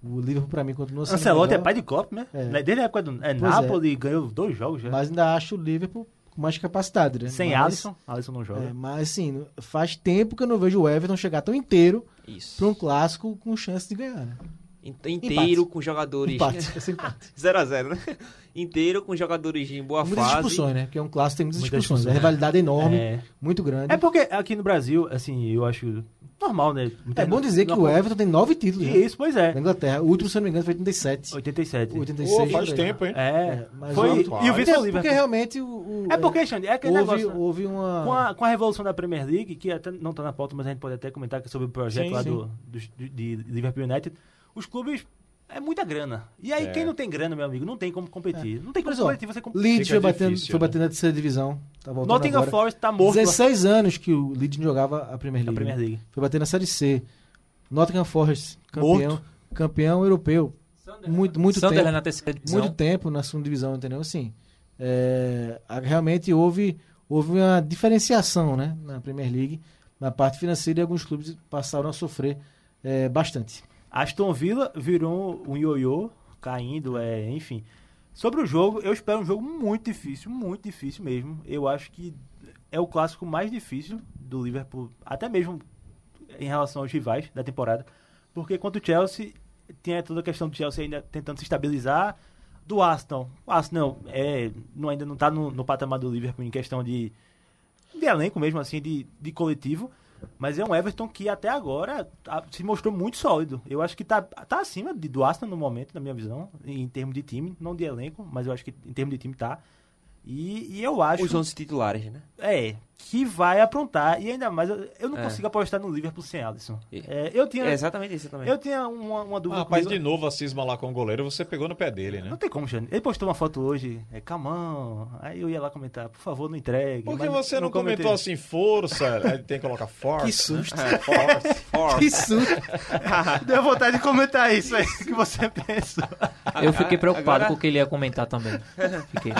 O Liverpool, pra mim, continua sendo. Ancelotti é melhor, pai de Klopp, né? É. Desde a época do é, Pois Napoli, ganhou dois jogos já. Mas ainda acho o Liverpool com mais capacidade, né? Sem Mas- Alisson. Alisson não joga. É, mas assim, faz tempo que eu não vejo o Everton chegar tão inteiro Isso. pra um clássico com chance de ganhar, né? Inte- Inteiro com jogadores. Empate, (laughs) esse empate. 0x0, né? Inteiro com jogadores em boa Muitas fase. discussões, né? Porque é um clássico tem muitas, Muitas discussões. discussões. A rivalidade é enorme, É. muito grande. É porque aqui no Brasil, assim, eu acho normal, né? É bom dizer que o Normal. Everton tem nove títulos né? Isso, pois é. na Inglaterra. O último, se eu não me engano, foi 87. 87. 86. Pô, faz né? tempo, hein? é É, mas foi. o- E o Então, vice-líder. Porque realmente o. o- É porque, Xande, é aquele houve, negócio. né? houve uma. Com a, com a revolução da Premier League, que até não tá na pauta, mas a gente pode até comentar que é sobre o projeto Sim, lá sim. do, dos- de, de Liverpool United, os clubes é muita grana. E aí, É. quem não tem grana, meu amigo, não tem como competir. Não tem como É. Mas, ó, competir, você competir. Leeds foi Fica batendo, difícil, foi né? batendo na terceira divisão. Tá voltando Nottingham agora. Forest tá morto. 16 anos que o Leeds não jogava a Premier Na League. Premier né? League. Foi bater na Série C. Nottingham Forest, campeão, Morto. campeão europeu. Muito, muito Sunderland tempo. na terceira divisão. muito tempo na segunda divisão, entendeu? Assim, é, a- realmente houve, houve uma diferenciação né, na Premier League, na parte financeira, e alguns clubes passaram a sofrer é, bastante. Aston Villa virou um ioiô, caindo, é, enfim. Sobre o jogo, eu espero um jogo muito difícil, muito difícil mesmo. Eu acho que é o clássico mais difícil do Liverpool, até mesmo em relação aos rivais da temporada. Porque quanto o Chelsea, tinha toda a questão do Chelsea ainda tentando se estabilizar. Do Aston, o Aston é, não, ainda não está no, no patamar do Liverpool em questão de, de elenco mesmo, assim, de, de coletivo. Mas é um Everton que até agora tá- se mostrou muito sólido. Eu acho que tá, tá acima de, do Aston no momento, na minha visão, em termos de time, não de elenco, mas eu acho que em termos de time tá. E, e eu acho Os 11 titulares, né? é, que vai aprontar. E ainda mais, eu, eu não É. consigo apostar no Liverpool sem Alisson. E- É, eu tinha, É exatamente isso também. eu tinha uma, é uma dúvida. Ah, rapaz, de comigo. novo a cisma lá com o goleiro, você pegou no pé dele, né? Não tem como, Xande. Ele postou uma foto hoje, é camão. Aí eu ia lá comentar, por favor, não entregue. Por que Mas você não comentei. comentou assim, força? Aí tem que colocar força. Que susto! É, forte, forte. Que susto! Deu vontade de comentar isso aí que você pensa. Eu fiquei preocupado Agora- com o que ele ia (laughs) comentar também. Fiquei.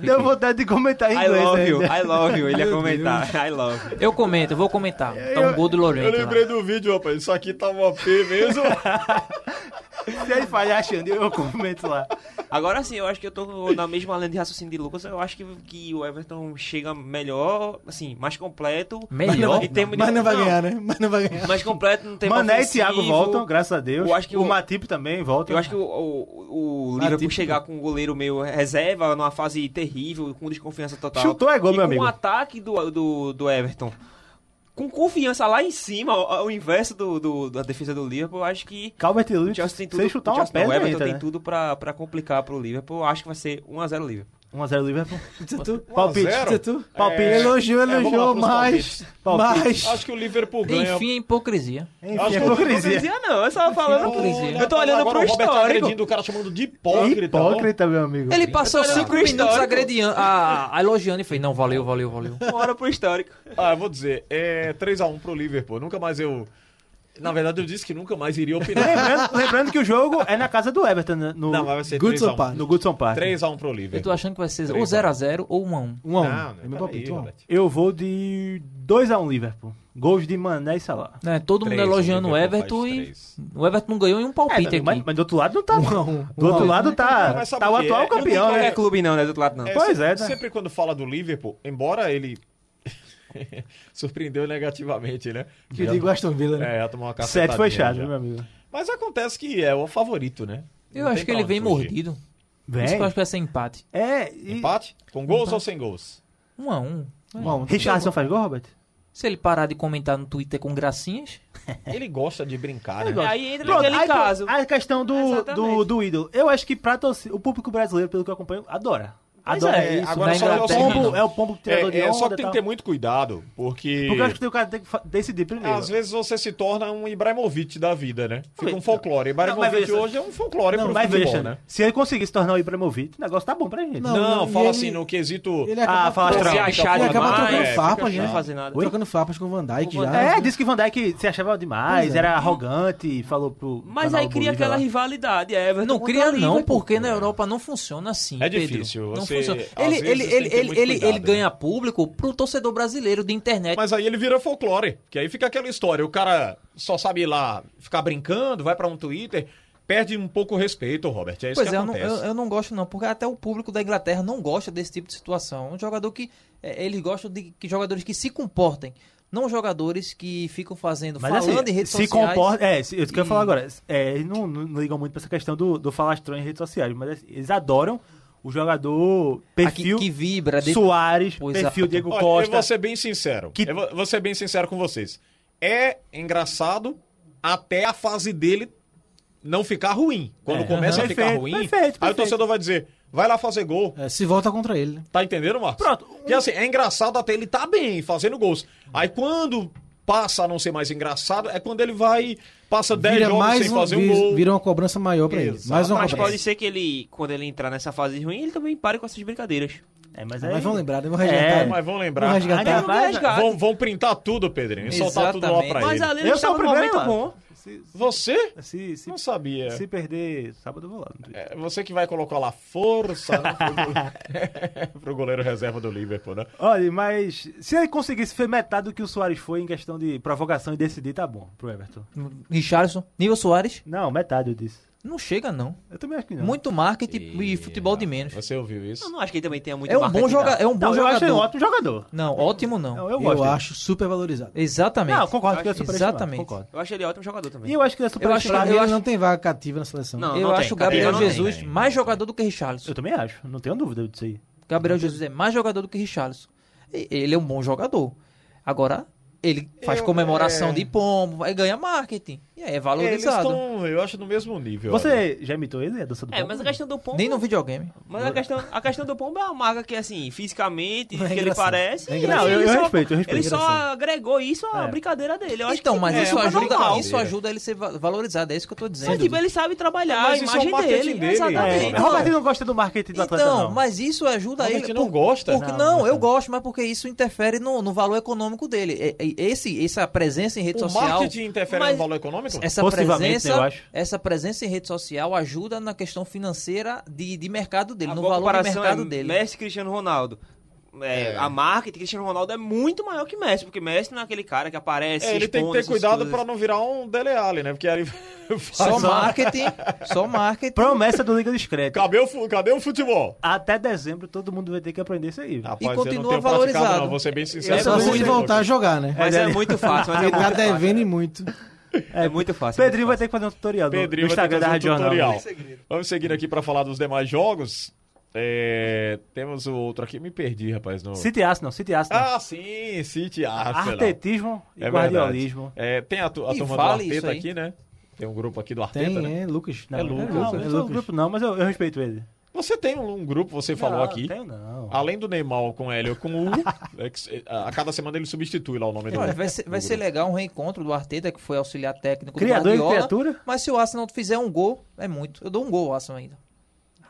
Deu vontade de comentar em I inglês. love ainda. you, I love you. Ele ia comentar. (laughs) I love you. Eu comento, eu vou comentar. Tá um gol do Lorente. (laughs) Eu lá. lembrei do vídeo, rapaz. Isso aqui tá uma P (laughs) mesmo. Se ele falhar, Xande, eu comento lá. Agora sim, eu acho que eu tô na mesma linha de raciocínio de Lucas. Eu acho que, que o Everton chega melhor, assim, mais completo. Melhor? Em termos de- Mas não vai ganhar, né? Mas não vai ganhar. Mais completo, não tem Mané e Thiago voltam, graças a Deus. Eu acho que o o- Matip também volta. Eu acho que o, o, o Ah, Liverpool tipo, Atípico. chegar com um goleiro meio reserva, numa fase terrível, com desconfiança total. Chutou é gol, e meu com amigo. um ataque do, do, do Everton. Com confiança lá em cima, ao, ao inverso do, do- da defesa do Liverpool, eu acho que Calvert o Lewin, Chelsea tem se tudo. ele chutar o uma Chelsea não, o pedra, Everton entra, tem né? tudo pra, pra complicar pro Liverpool. Eu acho que vai ser 1x0 Liverpool. 1x0 (laughs) Liverpool. Tutu, Palpite. zero? Tutu. Palpite. Elogiou, É, vamos lá elogiou, pros mas. palpites. Mas. Acho que o Liverpool ganha. Enfim, a hipocrisia. que Enfim, é eu tô hipocrisia. Hipocrisia não, eu (laughs) só falando hipocrisia. que... Eu tô olhando Agora pro o Robert tá histórico. agredindo o cara chamando de É tá hipócrita. ó. Hipócrita, meu amigo. Ele passou olhando é um cinco pro minutos histórico. agredindo, a, a elogiando e fez, não, valeu, valeu, valeu. Bora pro histórico. Ah, eu vou dizer, é 3x1 pro Liverpool. Nunca mais eu. Na verdade, eu disse que nunca mais iria (laughs) opinar. Lembrando, lembrando que o jogo é na casa do Everton, né? no, Não, mas vai ser Goodson Park. 3x1. no Goodson Park. 3x1 pro (laughs) Eu tô Liverpool. achando que vai ser ou Três, 0x0 ou 1x1. Um a um. Não, É meu palpite, um a um. Robert. Eu vou de 2x1 Liverpool. Gols de Mané e Salah. Né? Todo mundo Três, elogiando o Liverpool Everton faz e três. É, o Everton não ganhou em um palpite aqui. mas, mas do outro lado não tá, não. Do Um a outro um. lado tá, Mas sabe tá o o que é? atual Não tem campeão, qualquer né? clube não, né, do outro lado não. Pois sempre, é, né? Sempre quando fala do Liverpool, embora ele (laughs) surpreendeu negativamente, né? Que digo Aston Villa, né? É, já tomou uma cacetada. Sete foi né? chave, meu amigo. Mas acontece que é o favorito, né? Eu Não acho tem que pra ele onde vem fugir. mordido. Vem. Isso que eu acho que vai ser empate. É, e... Empate? Com gols ou sem gols? 1x1. Um a um. Richardson faz gol, Robert? Se ele parar de comentar no Twitter com gracinhas, Ele gosta de brincar, Ele né? gosta. Aí entra Pronto, naquele aí pro- caso. A questão do, Exatamente. do, do ídolo. Eu acho que pra torcer, o público brasileiro, pelo que eu acompanho, adora. Pois Adora. é, isso. agora né? só é, o tem- pombo, é o pombo tirador É, de é, onda só que e tem tal. que ter muito cuidado, porque. Porque eu acho que o cara tem que fa- decidir primeiro. Às vezes você se torna um Ibrahimovic da vida, né? Fica Não, um folclore. mas Ibrahimovic veja- hoje é um folclore Não, pro mas futebol, veja, né? se ele conseguir se tornar o Ibrahimovic, o negócio tá bom pra gente. Não, Não, e fala ele- assim, no quesito... Ele Ah, acaba- fala Você Trump. achar Ele acaba demais, trocando é, farpas, fica né? chato. Fazer nada. Oi? Trocando farpas com o Van Dijk já. É, disse que Van Dijk se achava demais, Pois é. era arrogante, falou pro. Mas canal aí cria Bolívia lá. aquela rivalidade, é, Everton não contra cria Liverpool. não, porque na Europa não funciona assim, É Pedro. difícil, Não você- funciona. às Ele, vezes ele, você tem ele, que ter ele, muito ele- ele cuidado, né? ganha público pro torcedor brasileiro de internet. Mas aí ele vira folclore, que aí fica aquela história, o cara só sabe ir lá ficar brincando, vai pra um Twitter, perde um pouco o respeito, Robert, é isso Pois que é, eu não, acontece. eu, eu não gosto não, porque até o público da Inglaterra não gosta desse tipo de situação. Um jogador que é, eles gostam de que jogadores que se comportem, não jogadores que ficam fazendo Mas falando assim, em redes se sociais. comporta. É, se- eu quero E- falar agora. É, eles não, não- não ligam muito pra essa questão do, do falastrão em redes sociais, mas assim, eles adoram o jogador aqui, perfil que vibra, de- Soares, Pois perfil é. Diego Olha, eu Costa. vou ser bem sincero, Que- eu vou vou ser bem sincero com vocês. é engraçado até a fase dele não ficar ruim. Quando É. começa a Uhum. ficar Perfeito, ruim, perfeito, aí o perfeito. torcedor vai dizer, vai lá fazer gol. É, se volta contra ele, né? Tá entendendo, Marcos? Pronto. Porque assim, é engraçado até ele tá bem, fazendo gols. Aí quando passa a não ser mais engraçado, é quando ele vai, passa 10 Vira jogos mais sem um, fazer um vira- gol. vira uma cobrança maior pra ele. Exato. Mais uma Mas cobrança. pode ser que ele, quando ele entrar nessa fase ruim, ele também pare com essas brincadeiras. É, Ah, mas aí... Mas vão lembrar, né? Vão É, resgatar. Mas vão lembrar. Vão resgatar. Ainda Não Vai, tem resgate. Vão, vão printar tudo, Pedrinho, e soltar tudo lá pra Exatamente. Mas ele. ali ele Eu sou estava o num primeiro então. momento lá. bom. Se, Você? se, se, Não sabia. se perder, sábado eu vou lá. É, você que vai colocar lá força né, pro, goleiro, (laughs) pro goleiro reserva do Liverpool, né? Olha, mas se ele conseguisse ser metade do que o Soares foi em questão de provocação e decidir, tá bom pro Everton. Richardson, Nível Soares, Não, metade eu disse. não chega não. Eu também acho que não. Muito marketing e futebol de menos. Você ouviu Eu isso? não acho que ele também tenha muito É um marketing, bom jogador, não. é um bom não, eu acho ele um jogador. ótimo jogador. Não, ótimo não. Não, eu Eu, gosto. acho super valorizado. Exatamente. Não, concordo que ele é superestimado. Exatamente. Concordo. Eu acho ele ótimo jogador também. E eu acho que ele é Pra superestimado. mim, eu ele acho- não tem vaga cativa na seleção. Não, eu não acho tem. o Gabriel Não tem. né? Jesus mais jogador do que Richarlison. Eu também acho, não tenho dúvida disso aí. Gabriel Jesus é mais jogador do que Richarlison. E- Ele é um bom jogador. Agora, ele faz Eu- comemoração é. de pombo, vai ganhar marketing. E aí é É, eles valorizado. estão, eu acho, no mesmo nível. olha. Você já imitou ele, a dança do É, pombo? mas a questão do Pombo. Nem no videogame. Mas a questão, a questão do Pombo é uma marca que, assim, fisicamente, É que ele engraçado. parece. É e engraçado. Não, eu- ele eu só- respeito, eu respeito. Ele só Engraçado. agregou isso à É. brincadeira dele. Eu acho então, que mas é, isso, uma coisa normal. ajuda, isso ajuda ele ser va- valorizado. É isso que eu tô dizendo. Mas, tipo, ele sabe trabalhar Mas isso a é o imagem marketing dele. né? dele. tá É, Exatamente. o Robertinho não gosta do marketing do atleta, Então, não. mas isso ajuda Realmente ele. não gosta? Porque, Não, não, não eu gosta. gosto, mas porque isso interfere no, no valor econômico dele. E- e- Esse, essa presença em rede O social. marketing interfere mas- no valor econômico? Essa Possivelmente, presença, né, eu acho. essa presença em rede social ajuda na questão financeira de, de mercado dele, A no boa valor de comparação mercado é dele. Messi e Cristiano Ronaldo. É, É. A marca de Cristiano Ronaldo é muito maior que Messi, porque Messi não é aquele cara que aparece. É, ele tem que ter cuidado pra não virar um Dele Alli, né? Porque aí (laughs) faz... Só marketing, só marketing. Promessa do Liga Discreta. Cadê o, fu- cadê o futebol? Até dezembro todo mundo vai ter que aprender isso aí. Rapaz, eu não continua tenho praticado, valorizado. Não, vou ser bem sincero. É Eu só não se sou ele sei. muito- voltar a jogar, né? Mas é muito (laughs) fácil. Mas é Ele tá muito fácil. devendo e muito. É muito fácil. Pedrinho vai ter que fazer um tutorial no- Pedrinho no vai ter Instagram que da fazer Rádio um Jornal. tutorial. Vamos seguindo aqui pra falar dos demais jogos. É, Temos o outro aqui. Me perdi, rapaz. No... City Arsenal, City Arsenal. Ah, sim, City Arsenal. Artetismo e É guardiolismo. verdade. É, tem a, tu- a Ih, turma do fale isso Arteta aí. aqui, né? Tem um grupo aqui do Arteta, Tem, né? é Lucas. Não, É Lucas, Não, É não sou do Lucas. grupo não, mas eu, eu respeito ele. Você tem um, um grupo, você falou Não, aqui. Ah, Tenho não. Além do Neymar com Hélio com (laughs) U, é que a a cada semana ele substitui lá o nome Olha, dele. vai ser, vai do ser grupo. legal um reencontro do Arteta, que foi auxiliar técnico Criador do e Guardiola. criatura? Mas se o Arsenal fizer um gol, é muito. Eu dou um gol ao Arsenal ainda.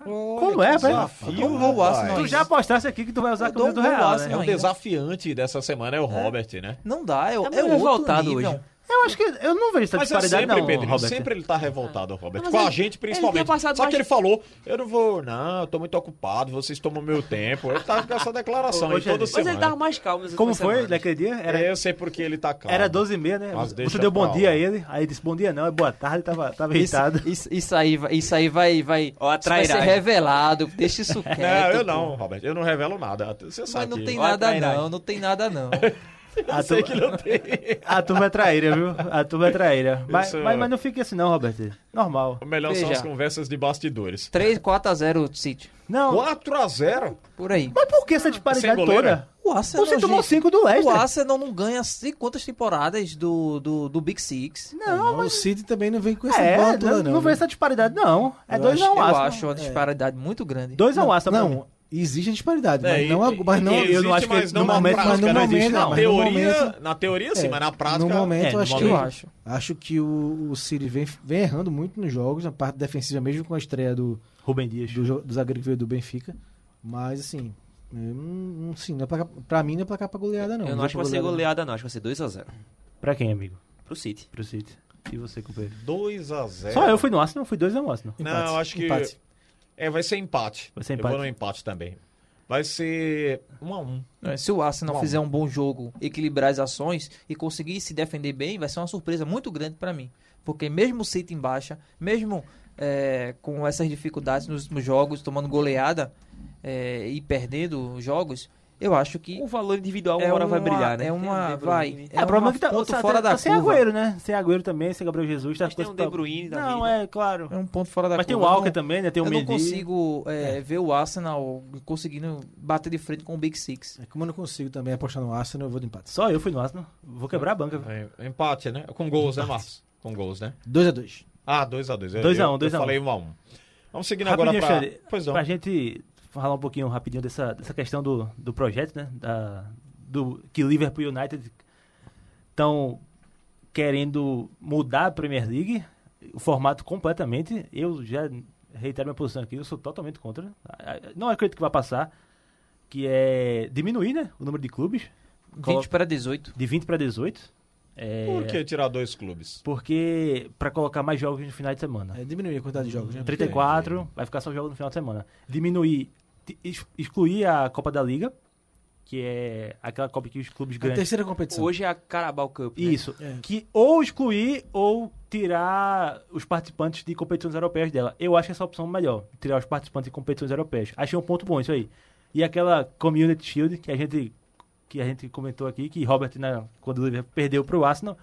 Como é, velho? Eu dou um gol ao Arsenal Tu ainda. já apostasse aqui que tu vai usar a Eu dou camisa do um gol Real, ao É né? Arsenal. o desafiante dessa semana é o Robert, né? Não dá, é, Tá é, meio outro revoltado nível. hoje. Eu acho que eu não vejo essa Mas é disparidade sempre, não, Pedrinho, Robert. sempre ele tá revoltado, Robert. Ah. Mas Com ele- a gente, ele principalmente. tinha passado Só que mais- ele falou, eu não vou, não, eu tô muito ocupado, vocês tomam meu tempo. Ele tá com essa declaração Ô, aí toda Rogério, Mas semana. ele tava mais calmo. nas Como últimas foi semanas. naquele dia? É, Era, eu sei porque ele tá calmo. era 12 e meia, né? Mas deixa Você deu bom pra dia lá. a ele, aí ele disse bom dia não, é boa tarde, tava, tava Isso, irritado. (laughs) isso, isso aí, vai- isso aí vai, vai, Ó, a isso vai ser trairagem. revelado. (laughs) Deixa isso quieto. Não, eu pô. não, Robert. Eu não revelo nada. Você Mas sabe. não que- tem Ó, a nada trairagem. não, não tem (laughs) nada não. A, Eu sei tu, que não tem. (laughs) a turma é traíra, viu? A turma é traíra. Mas, Isso- é. mas, mas não fique assim não, Robert. Normal. O melhor são Veja. as conversas de bastidores. 3, 4 a 0 City. Não, 4x0? Por aí. mas por que essa disparidade Sem goleiro? toda? O Arsenal, Você tomou gente, 5 do o Leicester. Arsenal não ganha sei quantas temporadas do, do, do Big Six. Não, O City também não vem com essa é, bola não, toda, não, não. vejo essa disparidade não. É Eu 2 acho- a 1 Eu Arsenal. acho né? uma disparidade muito grande. 2 a 1 Arsenal. pra mim. Não, existe a disparidade, mas É, não, a- e- mas não e eu não existe, acho que mas no não na momento- prática, mas no não existe, momento- não. mas no Teoria, momento- na teoria sim, É, mas na prática. No momento, É, eu no acho, Eu que, acho. acho que o, o City vem, vem errando muito nos jogos, na parte defensiva, mesmo com a estreia do, Rubem Dias. do, jo- do zagueiro que veio do Benfica. Mas, assim, eu não, não- sim, não é placar, pra mim não é placar pra goleada, não. assim, Eu não acho que vai ser goleada, não. Acho que vai ser 2x0 Pra quem, amigo? pro City. Pro City. E você, companheiro? 2x0. Só eu fui no Arsenal, fui 2 a 1 Arsenal. Não, acho que. empate. É, vai ser empate. Vai ser Eu empate. vou no empate também. Vai ser 1x1. É, Se o Arsenal Bom. fizer um bom jogo, equilibrar as ações e conseguir se defender bem, vai ser uma surpresa muito grande pra mim. Porque mesmo o City em baixa, mesmo é, com essas dificuldades nos últimos jogos, tomando goleada é, e perdendo jogos, eu acho que O valor individual é uma hora vai uma- brilhar, né? É uma. Tem um De vai. Bruyne. É, o problema uma é que tá, ponto tá- fora tá da sem curva. Agüero, né? Sem Agüero também, sem Gabriel Jesus. Tá Mas tem um De Bruyne né? da Não, vida. é, claro. É um ponto fora da Mas tem o curva. Eu não- Walker também, né? Tem o eu não Mendy. consigo é, ver o Arsenal conseguindo bater de frente com o Big Six. É, Como eu não consigo também apostar no Arsenal, eu vou de empate. Só eu fui no Arsenal. Vou quebrar a banca. velho. É, empate, né? Com gols, né, Marcos? Com gols, né? 2x2. Ah, 2x2. Dois a um, eu, dois eu a um. falei 1x1. Um Vamos seguindo agora Rapidinho, pra... Fred, Pois é, não. pra gente falar um pouquinho rapidinho dessa, dessa questão do, do projeto, né? Da, do, que Liverpool e United estão querendo mudar a Premier League, o formato completamente. Eu já reitero minha posição aqui, eu sou totalmente contra. Ah, ah, Não acredito que vai passar, que é diminuir né, o número de clubes, 20 Coloca- para 18. de 20 para 18. É, um, Por que tirar dois clubes? Porque para colocar mais jogos no final de semana. É, diminuir a quantidade de jogos, né? 34, vai ficar só jogo no final de semana. Diminuir, t- ex- excluir a Copa da Liga, que é aquela Copa que os clubes A grandes. terceira competição. Hoje é a Carabao Cup, né? Isso. É. Que ou excluir ou tirar os participantes de competições europeias dela. Eu acho essa opção melhor, tirar os participantes de competições europeias. Achei um ponto bom isso aí. E aquela Community Shield que a gente que a gente comentou aqui, que Robert, né, quando o Liverpool perdeu para o Arsenal,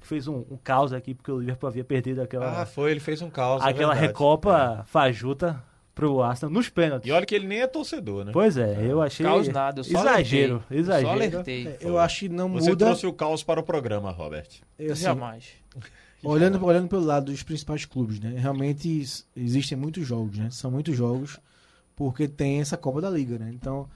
fez um, um caos aqui, porque o Liverpool havia perdido aquela Ah, foi, ele fez um caos. é aquela verdade. recopa fajuta pro Arsenal nos pênaltis. E olha que ele nem é torcedor, né? Pois é, eu achei Caos nada, eu só exagero, alertei. Só exagero. alertei. É, eu acho que não Você muda. trouxe o caos para o programa, Robert. é, assim, Jamais. olhando, olhando pelo lado dos principais clubes, né? Realmente s- existem muitos jogos, né? São muitos jogos, porque tem essa Copa da Liga, né? Então,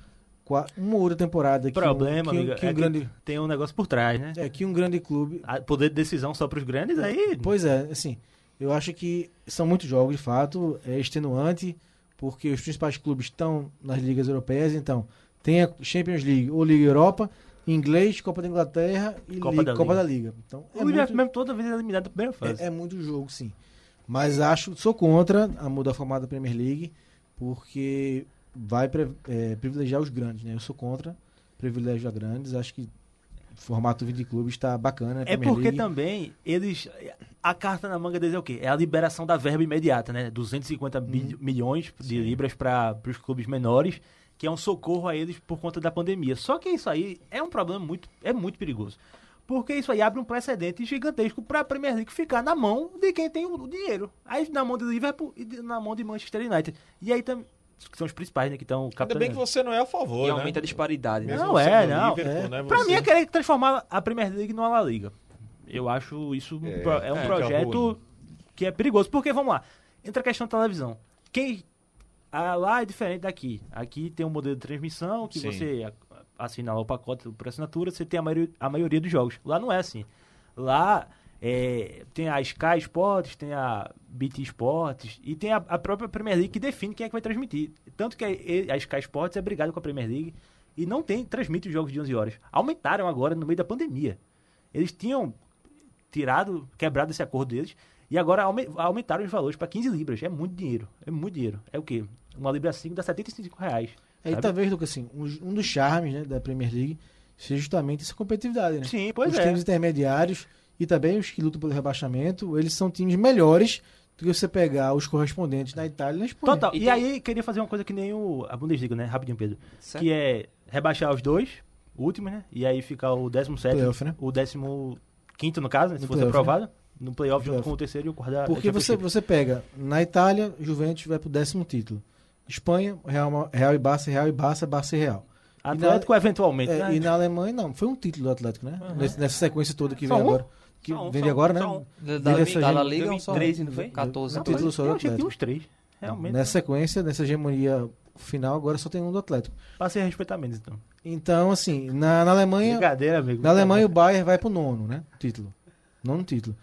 qua- uma outra temporada que um- Problema, que, um- amigo, que um é que grande, tem um negócio por trás, né? é que um grande clube Ah, Poder de decisão só pros grandes, aí Pois é, assim, eu acho que são muitos jogos, de fato, é extenuante, porque os principais clubes estão nas ligas europeias, então tem a Champions League ou Liga Europa, inglês, Copa da Inglaterra e Copa Liga- da Copa da Liga. Liga. Então é o Liverpool muito, mesmo toda vez é eliminado na primeira fase. é, é muito jogo, sim. Mas acho, sou contra a mudar o formato da Premier League, porque vai pre- é, privilegiar os grandes, né? Eu sou contra privilegiar grandes, acho que o formato 20 clubes está bacana. na É Premier porque League. também eles. A carta na manga deles é o quê? É a liberação da verba imediata, né? 250 bil- milhões de libras para os clubes menores, que é um socorro a eles por conta da pandemia. Só que isso aí é um problema muito. É muito perigoso. Porque isso aí abre um precedente gigantesco para a Premier League ficar na mão de quem tem o dinheiro. Aí na mão de Liverpool e de- na mão de Manchester United. E aí também. Que são os principais, né? Que estão Ainda bem que você não é a favor, E né? aumenta a disparidade, né? Mesmo Não, sendo é, não, Liverpool, é. né, Pra você- mim é querer transformar a Premier League numa La Liga. Eu acho isso um pro- é, um é, projeto que é perigoso. Porque, vamos lá, entra a questão da televisão. Quem. a lá é diferente daqui. Aqui tem um modelo de transmissão que Sim. você a- assina lá o pacote por assinatura, você tem a maioria, a maioria dos jogos. Lá não é assim. Lá é, tem a Sky Sports, tem a BT Sports e tem a, a própria Premier League que define quem é que vai transmitir. Tanto que a, a Sky Sports é brigada com a Premier League e não tem transmite os jogos de 11 horas. Aumentaram agora no meio da pandemia. Eles tinham tirado, quebrado esse acordo deles e agora aume- aumentaram os valores para 15 libras. É muito dinheiro, é muito dinheiro. É o quê? Uma libra 5 dá 75 reais. Aí sabe? talvez, Lucas, assim, um, um dos charmes né, da Premier League seja justamente essa competitividade, né? Sim, pois os é. times intermediários e também os que lutam pelo rebaixamento, eles são times melhores do que você pegar os correspondentes na Itália e na Espanha. Total. E Então, E, tem- aí, queria fazer uma coisa que nem o, a Bundesliga, né? Rapidinho, Pedro. Certo. Que é rebaixar os dois últimos, né? E aí fica o 17, Playoff, né? o 15, no caso, né? se No fosse playoff, aprovado, no playoff junto Playoff. com o terceiro e o quarto é da Porque da você, Champions você pega na Itália, Juventus vai pro décimo título. Espanha, Real, Ma- Real e Barça, Real e Barça, Barça e Real. League. Atlético, eventualmente, É, né? e na Alemanha, não. Foi um título do Atlético, né? Nesse- Nessa sequência toda que Só vem um? agora. Que Só um, vem só um, agora, né? só um. Da, da- da, dessa gente- Liga, 2013, não foi? 14. Não, título Mas só do eu achei que tinha Atlético. uns três. Realmente. Nessa sequência, nessa hegemonia final, agora só tem um do Atlético. Passei a respeitar menos, então. Então, assim, na, na Alemanha, Brincadeira, amigo. na Alemanha o Bayern vai pro nono, né? Título. Nono título.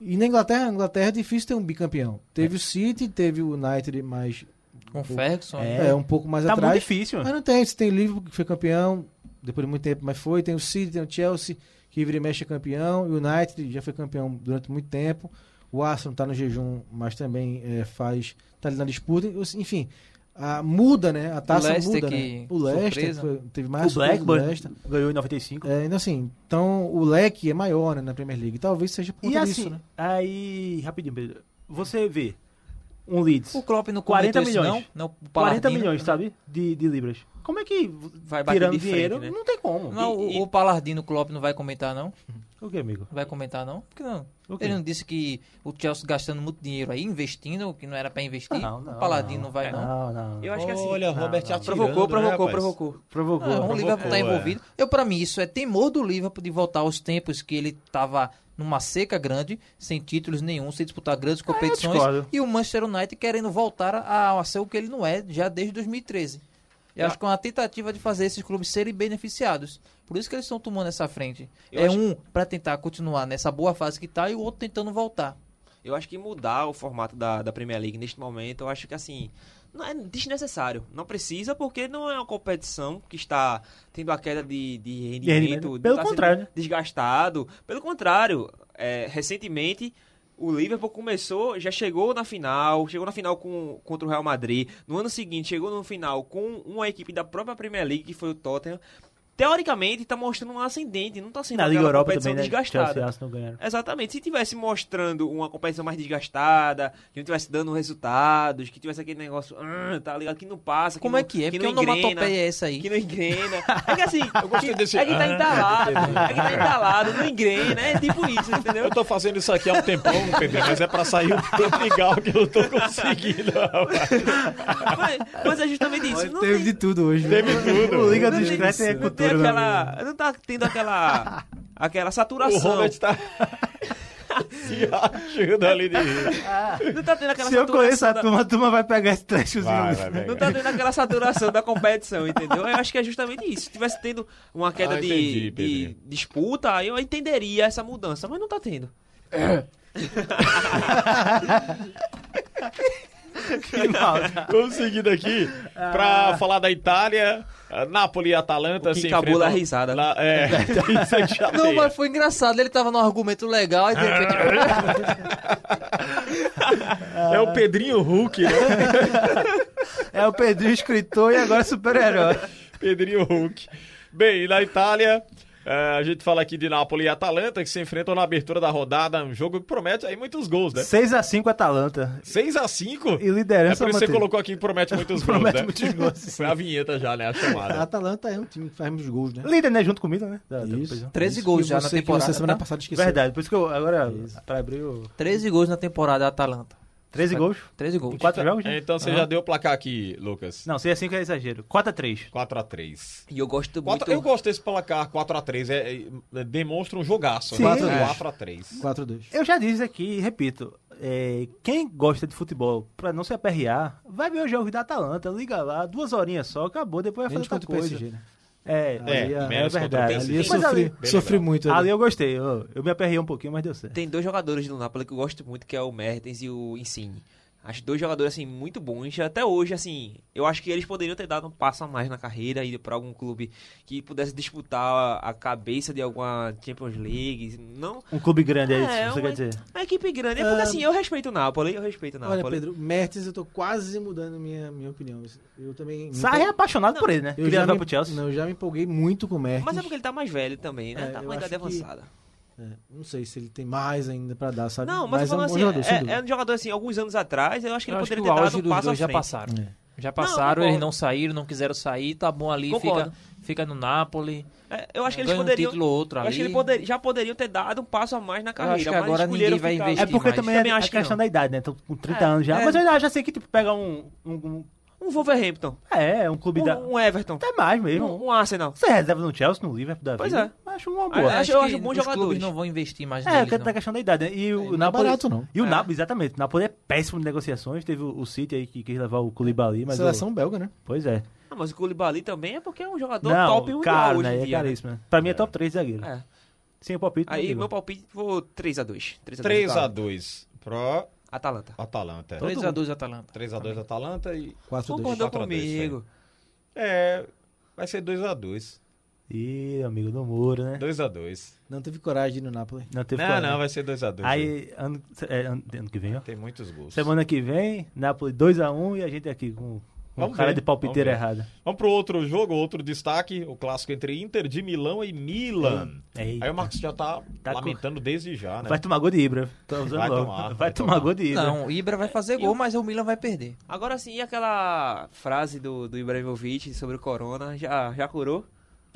E na Inglaterra, na Inglaterra é difícil ter um bicampeão. Teve o City, teve o United mais Com o Ferguson. né? é, um pouco mais tá muito atrás. difícil. Mas não é tem, você tem o Liverpool que foi campeão depois de muito tempo, mas foi, tem o City, tem o Chelsea que vira e mexe é campeão, o United já foi campeão durante muito tempo. O Arsenal tá no jejum, mas também é, faz tá ali na disputa, enfim, a- muda, né? A taça Leicester muda, que- né? O Leicester surpresa. foi- teve mais O surpresa do Blackburn Leicester. ganhou em 95. É, então, assim, então o leque é maior né, na Premier League. Talvez seja por E conta assim, disso, né? aí, rapidinho, Pedro. Você vê um Leeds, O Klopp não 40 cometeu isso, milhões. não? não 40 o Pallardino. milhões, sabe? De, de libras. Como é que Vai bater tirando de frente, dinheiro? né? Não tem como. Não, E- o, o Palardino Klopp não vai comentar, não? O que, amigo? Vai comentar, não? Por que não? O quê? Ele não disse que o Chelsea gastando muito dinheiro aí, investindo, que não era pra investir. Não, não, É, o Paladino não, vai, não. Não, não. Eu acho que assim. Olha, Robert não, não. atirando, Provocou, né, provocou, rapaz? provocou. Provocou. Não, o provocou. Liverpool tá é. envolvido. Eu, pra mim, isso é temor do Liverpool de voltar aos tempos que ele tava numa seca grande, sem títulos nenhum, sem disputar grandes competições. discordo. e o Manchester United querendo voltar a, a ser o que ele não é já desde 2013. Eu acho que é uma tentativa de fazer esses clubes serem beneficiados. Por isso que eles estão tomando essa frente. Eu é acho- um pra tentar continuar nessa boa fase que tá e o outro tentando voltar. Eu acho que mudar o formato da, da Premier League neste momento, eu acho que assim. Não é desnecessário. Não precisa, porque não é uma competição que está tendo a queda de, de rendimento. rendimento. Pelo tá sendo contrário, né? Desgastado. Pelo contrário, é, recentemente. O Liverpool começou, já chegou na final, chegou na final com, contra o Real Madrid. No ano seguinte, chegou no final com uma equipe da própria Premier League, que foi o Tottenham. Teoricamente, está mostrando um ascendente, não está sendo Na Liga aquela Europa competição também, né? desgastada. Chelsea e Arsenal ganharam. Exatamente. Se tivesse mostrando uma competição mais desgastada, que não tivesse dando resultados, que tivesse aquele negócio, "Ah, tá ligado? Que não passa. Como que é que é? não, que Porque não engrena, onomatopeia é essa aí? Que não engrena. É que assim, (laughs) Eu gostei desse. é que tá "Ah", entalado. entendeu? É que tá entalado, não engrena. É tipo isso, entendeu? Eu tô fazendo isso aqui há um tempão, Pedro, mas é pra sair o tanto legal que (laughs) eu tô conseguindo. rapaz. Mas, mas é justamente isso. Não Teve tem- de tudo hoje. Teve O tudo. Liga não do tem- Discreto é não tem cultura, meu amigo. aquela. Não tá tendo aquela. Aquela O saturação. Robert (laughs) tá (laughs) se achando ali de rir. Não tá tendo aquela Se eu conheço saturação a da- turma, a turma vai pegar esse trechozinho. Vai, vai, vai. Não tá tendo aquela saturação da competição, entendeu? Eu acho que é justamente isso. Se tivesse tendo uma queda Ah, de, entendi, de Pedrinho. disputa, eu entenderia essa mudança, mas não tá tendo. Vamos seguindo aqui pra falar da Itália. A Napoli e Atalanta O que se encabula enfrentam a risada, né? na- é, (laughs) isso é que chateia. Não, mas foi engraçado. Ele tava num argumento legal e de repente. É o Pedrinho Hulk, né? (laughs) É o Pedrinho, escritor e agora (laughs) super-herói. Pedrinho Hulk. Bem, e na Itália, eh, a gente fala aqui de Nápoles e Atalanta, que se enfrentam na abertura da rodada, um jogo que promete aí muitos gols, né? 6x5 Atalanta. 6 a 5 E É liderança por isso que você mantida. colocou aqui que promete muitos gols, Promete né? muitos gols. Foi a vinheta já, né? A A (laughs) chamada. Atalanta é um time que faz muitos gols, né? Líder, né? Junto comigo, né? Da- da Isso. divisão. 13 Isso gols que já você, na que temporada, Você semana tá? passada esqueceu. Verdade. Por isso que eu agora, pra abrir o... 13 gols na temporada da Atalanta. 13 gols. 13 gols. Em 4 jogos, né? Então você já deu o placar aqui, Lucas. Não, 6x5 é exagero. 4x3. 4 a 3 E eu gosto Quatro- muito. Eu gosto desse placar 4x3, é, é- demonstra um jogaço. Sim. É. 4x3. 4-2. Eu já disse aqui e repito, é, quem gosta de futebol, pra não se aperrear, vai ver os jogos da Atalanta, liga lá, duas horinhas só, acabou, depois vai Menos fazer outra contra o coisa. PSG, né? É, É, é, menos contra o verdade. PSG. Ali eu Mas Sim. sofri, ali- Bem sofri lembrado. muito. né? Ali eu gostei, eu, eu me aperrei um pouquinho, mas deu certo. Tem dois jogadores do Napoli que eu gosto muito, que é o Mertens e o Insigne. Acho dois jogadores, assim, muito bons. Até hoje, assim, eu acho que eles poderiam ter dado um passo a mais na carreira, ido pra algum clube que pudesse disputar a cabeça de alguma Champions League. Não. Um clube grande é isso, É, você uma- quer dizer. Ah. Uma equipe grande. É porque, assim, eu respeito o Napoli, eu respeito o Napoli. Olha, Pedro, Mertens, eu tô quase mudando minha, minha opinião. Eu também. Sarri é apaixonado por ele, né? eu Queria já levar me, pro Chelsea. Não, eu já me empolguei muito com o Mertens. Mas é porque ele tá mais velho também, né? É, tá eu com uma acho idade que- avançada. É, não sei se ele tem mais ainda pra dar, sabe? Não, mas, eu é um falando bom assim, jogador, sem é, dúvida. é um jogador assim, alguns anos atrás, eu acho que ele Eu acho que poderia o ter auge dado um dos passo à dois já frente. passaram. É. Já Não, passaram, concordo. eles não saíram, não quiseram sair, tá bom ali, Concordo. fica, fica no Napoli. É, eu acho que eles ganha poderiam. um título ou outro eu ali. acho que ele poder- já poderiam ter dado um passo a mais na carreira. acho que mas agora escolheram ninguém vai ficar- É investir. porque mas também, também é, acho é que não. questão da idade, né? Tô com 30 anos já. é. Mas eu ainda já sei que, tipo, pega um. um- um- Um Wolverhampton. é, um clube da. Um, um Everton. Até mais mesmo. Um, um Arsenal. Você reserva no Chelsea, no Liverpool da Pois vida. Acho uma boa. É, acho- eu acho que bons os jogadores. clubes não vão investir mais É, neles, porque não. tá a questão da idade, né? E o, não é Napoli. barato, não. E o Napoli, exatamente. O Napoli é péssimo em negociações. Teve o, o City aí que quis levar o Koulibaly, é- mas. Seleção belga, né? O, pois é. Ah, mas o Koulibaly também é porque é um jogador Não, top mundial caro, hoje né? em É dia. né? caríssimo, né? Pra mim é top 3 zagueiro. É. Sem o palpite, não Aí, digo. meu palpite, vou 3x2. 3x2. tá. 3x2 pro Atalanta. Atalanta. 3 a 2 Atalanta. 3x2 Atalanta e. 4-2. Concordou 4 a 2, comigo. É. Vai ser 2x2. Ih, amigo do Moro, né? 2x2. Não teve coragem de ir no Napoli. Não teve Não, coragem. não, vai ser 2x2. né? Aí, né? ano, é, ano, ano que vem, ó. Tem muitos gols. Semana que vem, Napoli 2x1 e a um gente aqui com Um Vamos cara ver, de palpiteira vamos ver. errada. Vamos pro outro jogo, outro destaque, o clássico entre Inter de Milão e Milan. É. Eita. Aí o Marcos já tá, Tá com- lamentando desde já, né? Vai tomar gol de Ibra. Tá usando Vai logo. tomar, vai, vai tomar, tomar. gol de Ibra. né? Não, o Ibra vai fazer gol, mas o Milan vai perder. Agora sim, e aquela frase do, do Ibrahimovic sobre o corona? Já, já curou?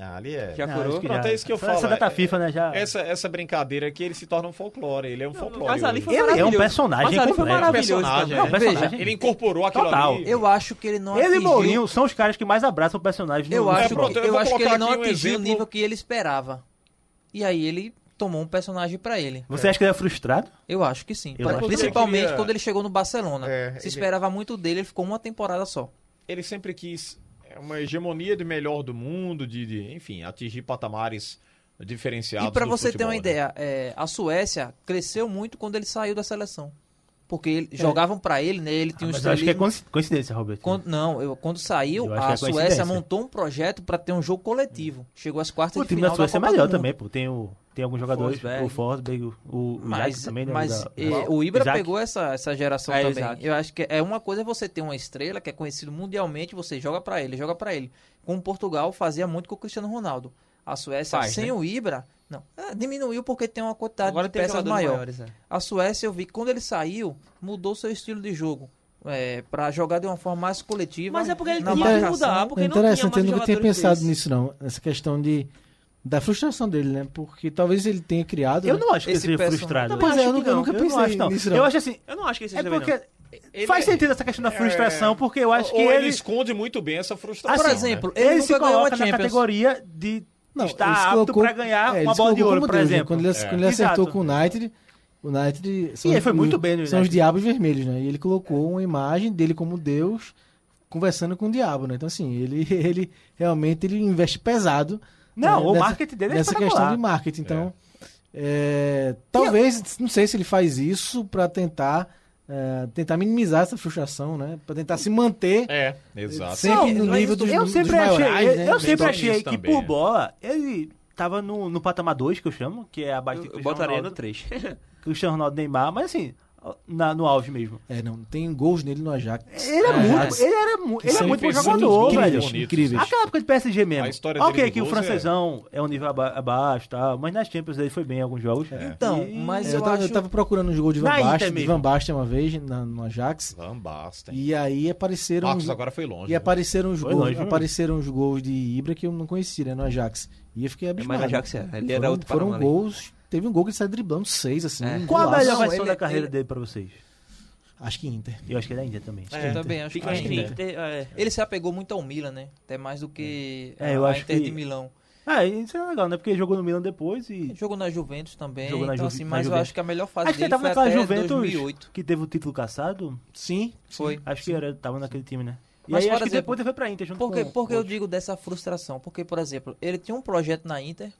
Ah, Ali é. Já Não, curou? acho que Pronto, já- é isso que eu Só falo, Essa data é- FIFA, né? Já... Essa, essa brincadeira aqui, ele se torna um folclore. Ele é um folclore. mas ali hoje. foi Ele é um maravilhoso. personagem Mas ali foi completo. maravilhoso. Personagem, também. né? Veja, personagem. Ele incorporou aquilo Total. ali. Eu acho que ele não Ele e atingiu... Mourinho são os caras que mais abraçam o personagem Eu no acho, futebol. né? É, pronto, que, eu eu vou acho que ele colocar não aqui um atingiu o exemplo. nível que ele esperava. E aí ele tomou um personagem pra ele. Você acha que ele é frustrado? Eu acho que sim. Eu Pra- acho que Principalmente ele queria- quando ele chegou no Barcelona. É, Se ele- esperava muito dele, ele ficou uma temporada só. Ele sempre quis é, uma hegemonia de melhor do mundo, de, de, enfim, atingir patamares diferenciados. E pra do você ter futebol, uma né? ideia, é, a Suécia cresceu muito quando ele saiu da seleção. Porque ele- jogavam pra ele, né? Ele tinha um Mas eu acho que é estrelismo. coinci- coincidência, Roberto. Quando- não, eu- quando saiu, Eu acho que a é Suécia coincidência. montou um projeto pra ter um jogo coletivo. Chegou às quartas O de time final da Suécia é da Copa do melhor Mundo. também, pô. Tem, o, tem alguns jogadores, Forsberg. o Forsberg, o, o Mas, Isaac também, né? mas da- eh, da- o Ibra Isaac. pegou essa, essa geração É, também. exato. Eu acho que é uma coisa é você ter uma estrela que é conhecido mundialmente, você joga pra ele, joga pra ele. Com Portugal fazia muito com o Cristiano Ronaldo. A Suécia Faz, sem né? o Ibra, não, ah, diminuiu porque tem uma quantidade Agora de tem peças jogadores maior. maiores. é. A Suécia eu vi que quando ele saiu, mudou seu estilo de jogo. É, para jogar de uma forma mais coletiva. Mas é porque ele na tinha que marcação. mudar, porque é não tinha mais interessante, eu nunca tinha jogadores pensado desses. nisso, não. Essa questão de, da frustração dele, né? Porque talvez ele tenha criado. Eu né? não acho que ele Esse seja person- frustrado. Pois acho é, eu que nunca, eu não, nunca Eu pensei não acho, não. nisso, Eu acho assim... Eu não acho que ele É seja porque... Ele Faz é- sentido essa questão da frustração, porque eu acho ou que ele... ele... esconde muito bem essa frustração. Por Assim, né? exemplo, ele, Ele nunca se ganhou a coloca na Champions. categoria de Não, estar ele se apto colocou- pra ganhar é, ele uma se bola de colocou ouro, como por Deus, né? exemplo. Quando ele, É. quando ele acertou Exato. com o United, o United são, E ele os- foi muito o- bem no são os United. diabos vermelhos, né? E ele colocou uma imagem dele como Deus conversando com o diabo, né? Então assim, ele, (laughs) ele realmente ele investe pesado. Não, né? o marketing dele é nessa questão espetacular. de marketing. Então, é, talvez, não sei se ele faz isso para tentar é, tentar minimizar essa frustração, né? Para tentar se manter É, exato. sempre Não, no mas nível dos, eu dos sempre achei, maiorais, né? eu Dos sempre Tem achei isso que também, por é. bola ele tava no, no patamar 2 que eu chamo, que é abaixo Eu, de eu Cristiano botaria Ronaldo, no 3. (laughs) Cristiano Ronaldo, Neymar, mas assim, na- no auge mesmo. É, não, tem gols nele no Ajax. Ele é, muito, Ajax. ele era, mu- ele é são muito bom fez muitos jogador, gols velho. Incríveis, bonitos. Ah, incríveis. Aquela época de PSG mesmo. A história dele ok, de que o gols é- francesão é, um nível aba- abaixo, tá, mas nas Champions ele foi bem em alguns jogos. Então, E- mas É, eu, eu, tava, acho... eu tava procurando os gols de Na Van Inter Basten, de mesmo. Van Basten uma vez na, no Ajax. Van Basten. E aí apareceram Marcos os- agora foi longe. e né? apareceram os Foi gols, longe, viu? apareceram os gols de Ibra que eu não conhecia, né, no Ajax. E eu fiquei abismado. É, mas no Ajax era, ele era foram, outro foram patamar, né? gols, teve um gol que ele saiu driblando seis assim. É. um Qual a golaço. melhor Não, versão ele- da carreira ele- dele pra vocês? Acho que Inter. Eu acho que é da Índia também. eu também acho Fica que mais ainda. 30. É. Ele se apegou muito ao Milan, né? Até mais do que É, eu a acho Inter que- de Milão. Ah, isso é legal, né? Porque ele jogou no Milan depois e. Jogou na Juventus também. Jogou na então, Juve- assim, na mas eu Juventus. acho que a melhor fase Acho que ele dele tava foi naquela até Juventus 2008. que teve o título caçado. Sim. Foi. Acho que era, tava naquele time, né? E Mas, aí por acho que exemplo, depois ele foi pra Inter junto Por que, com... por que eu digo dessa frustração? Porque, por exemplo, ele tinha um projeto na Inter,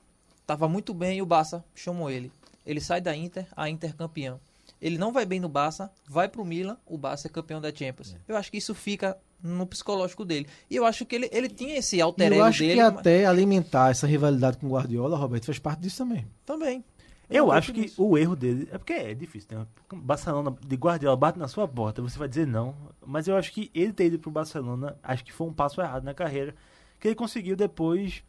tava muito bem e o Barça chamou ele. Ele sai da Inter, a Inter campeão. Ele não vai bem no Barça, vai pro Milan, o Barça é campeão da Champions. Eu acho que isso fica no psicológico dele. E eu acho que ele, ele tinha esse E alter eu ego acho dele que mas- até alimentar essa rivalidade com o Guardiola, Roberto, faz parte disso também. também. Eu não acho acredito que o erro dele... É porque é difícil, né? Barcelona de Guardiola bate na sua porta, você vai dizer não. Mas eu acho que ele ter ido pro Barcelona, acho que foi um passo errado na carreira. Que ele conseguiu depois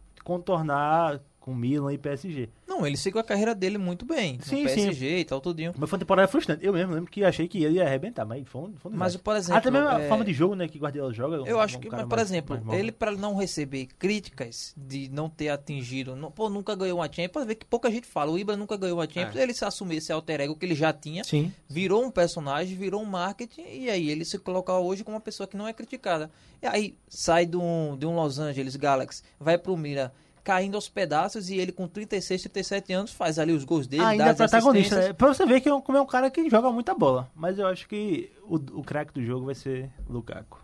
contornar com Milan e PSG. Não, ele seguiu a carreira dele muito bem. no Sim, sim. PSG e tal, tudinho. Mas foi uma temporada frustrante. Eu mesmo lembro que achei que ele ia arrebentar, mas foi um, foi um Mas, desastre. por exemplo, Até mesmo a é, forma de jogo, né? Que Guardiola joga. é um- Eu acho um que, cara mas, por mais- exemplo, mais móvel. ele para não receber críticas de não ter atingido, não- pô, nunca ganhou uma Champions, ver que pouca gente fala, o Ibra nunca ganhou uma Champions, É. ele se assumiu esse alter ego que ele já (laughs) tinha, Sim. virou um personagem, virou um marketing, e aí ele se coloca hoje como uma pessoa que não é criticada. E aí sai de um, de um Los Angeles Galaxy, vai pro Mira caindo aos pedaços, e ele com 36, 37 anos faz ali os gols dele, ainda dá é as protagonista. assistências. Né? Pra você ver que é um, como é um cara que joga muita bola. Mas eu acho que o, o craque do jogo vai ser Lukaku.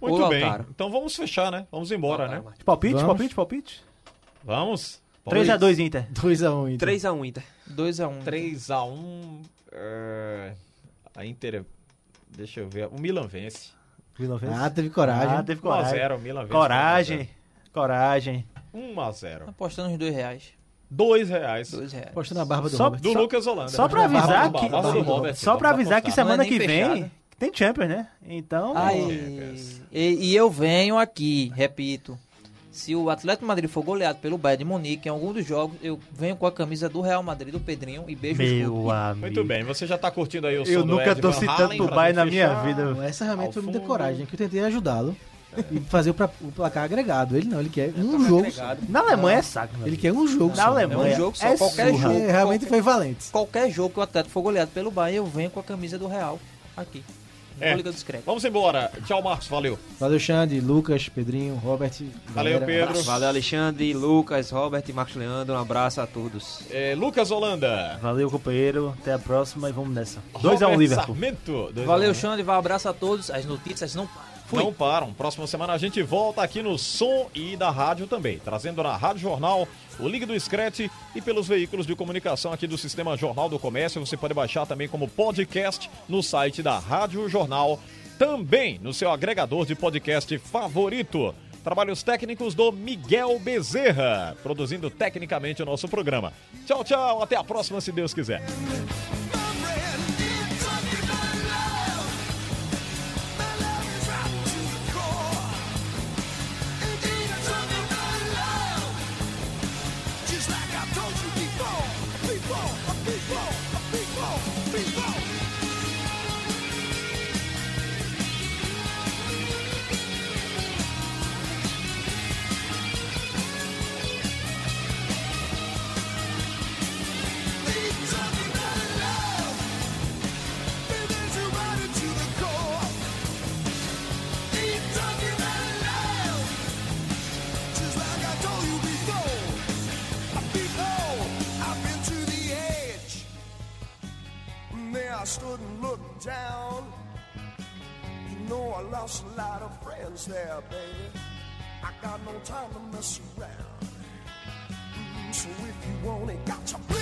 Muito Ô, bem. Lautaro. Então vamos fechar, né? Vamos embora, né? Palpite, Vamos. palpite, palpite. Vamos? 3x2 Inter. 2x1 Inter. 3x1 Inter. é 2 a 1 3x1. eh, A Inter. é- Deixa eu ver. O Milan vence. Vila Vence. Ah, teve coragem. Ah, teve coragem. 1x0. O Milan vence. Coragem. Coragem. 1x0. Tá apostando os dois reais, 2 reais. dois reais. Apostando na barba do Só- Roberto. Do Lucas Holanda. Só pra Barba do avisar Roberto, que. barba do Roberto, Só pra vamos avisar que apostar. semana Não é que nem vem. fechada. Tem Champions, né? Então. É, Aí, e, e eu venho aqui, repito. Se o Atlético de Madrid for goleado pelo Bayern de Munique em algum dos jogos, eu venho com a camisa do Real Madrid do Pedrinho e beijo o escudo. Meu amigo. Muito bem, você já tá curtindo aí o som Eu do nunca Ed Van torci Halen tanto o pra Bayern na gente minha fechar. vida. Não, essa realmente Ao foi muita fundo. coragem, que eu tentei ajudá-lo e fazer o, pra- o placar agregado. Ele não, ele quer tá um jogo. Tá só. Na Alemanha é saco, Ele quer um jogo. Na só. É Alemanha. um jogo só, é qualquer surra. jogo. É, realmente foi valente. Qualquer jogo que o Atlético for goleado pelo Bayern, eu venho com a camisa do Real aqui. É. É. Liga dos Créditos. Vamos embora. Tchau, Marcos. Valeu. Valeu, Xande, Lucas, Pedrinho, Robert. Valeu, galera. Pedro. Valeu, Alexandre, Lucas, Robert, Marcos Leandro. Um abraço a todos. É, Lucas Holanda. Valeu, companheiro. Até a próxima e vamos nessa. 2x1 Robert Liverpool. Sarmento. Dois a um. Valeu, Xande. Vai, abraço a todos. As notícias não param. Fui. Não param. Próxima semana a gente volta aqui no Som e da Rádio também, trazendo na Rádio Jornal o Ligue do Screte e pelos veículos de comunicação aqui do Sistema Jornal do Comércio. Você pode baixar também como podcast no site da Rádio Jornal, também no seu agregador de podcast favorito. Trabalhos técnicos do Miguel Bezerra, produzindo tecnicamente o nosso programa. Tchau, tchau. Até a próxima, se Deus quiser. Just like I've told you before, before, before, before, before. I stood and looked down. You know Oh, I lost a lot of friends there, baby. I got no time to mess around. Mm, So if you want it, got your.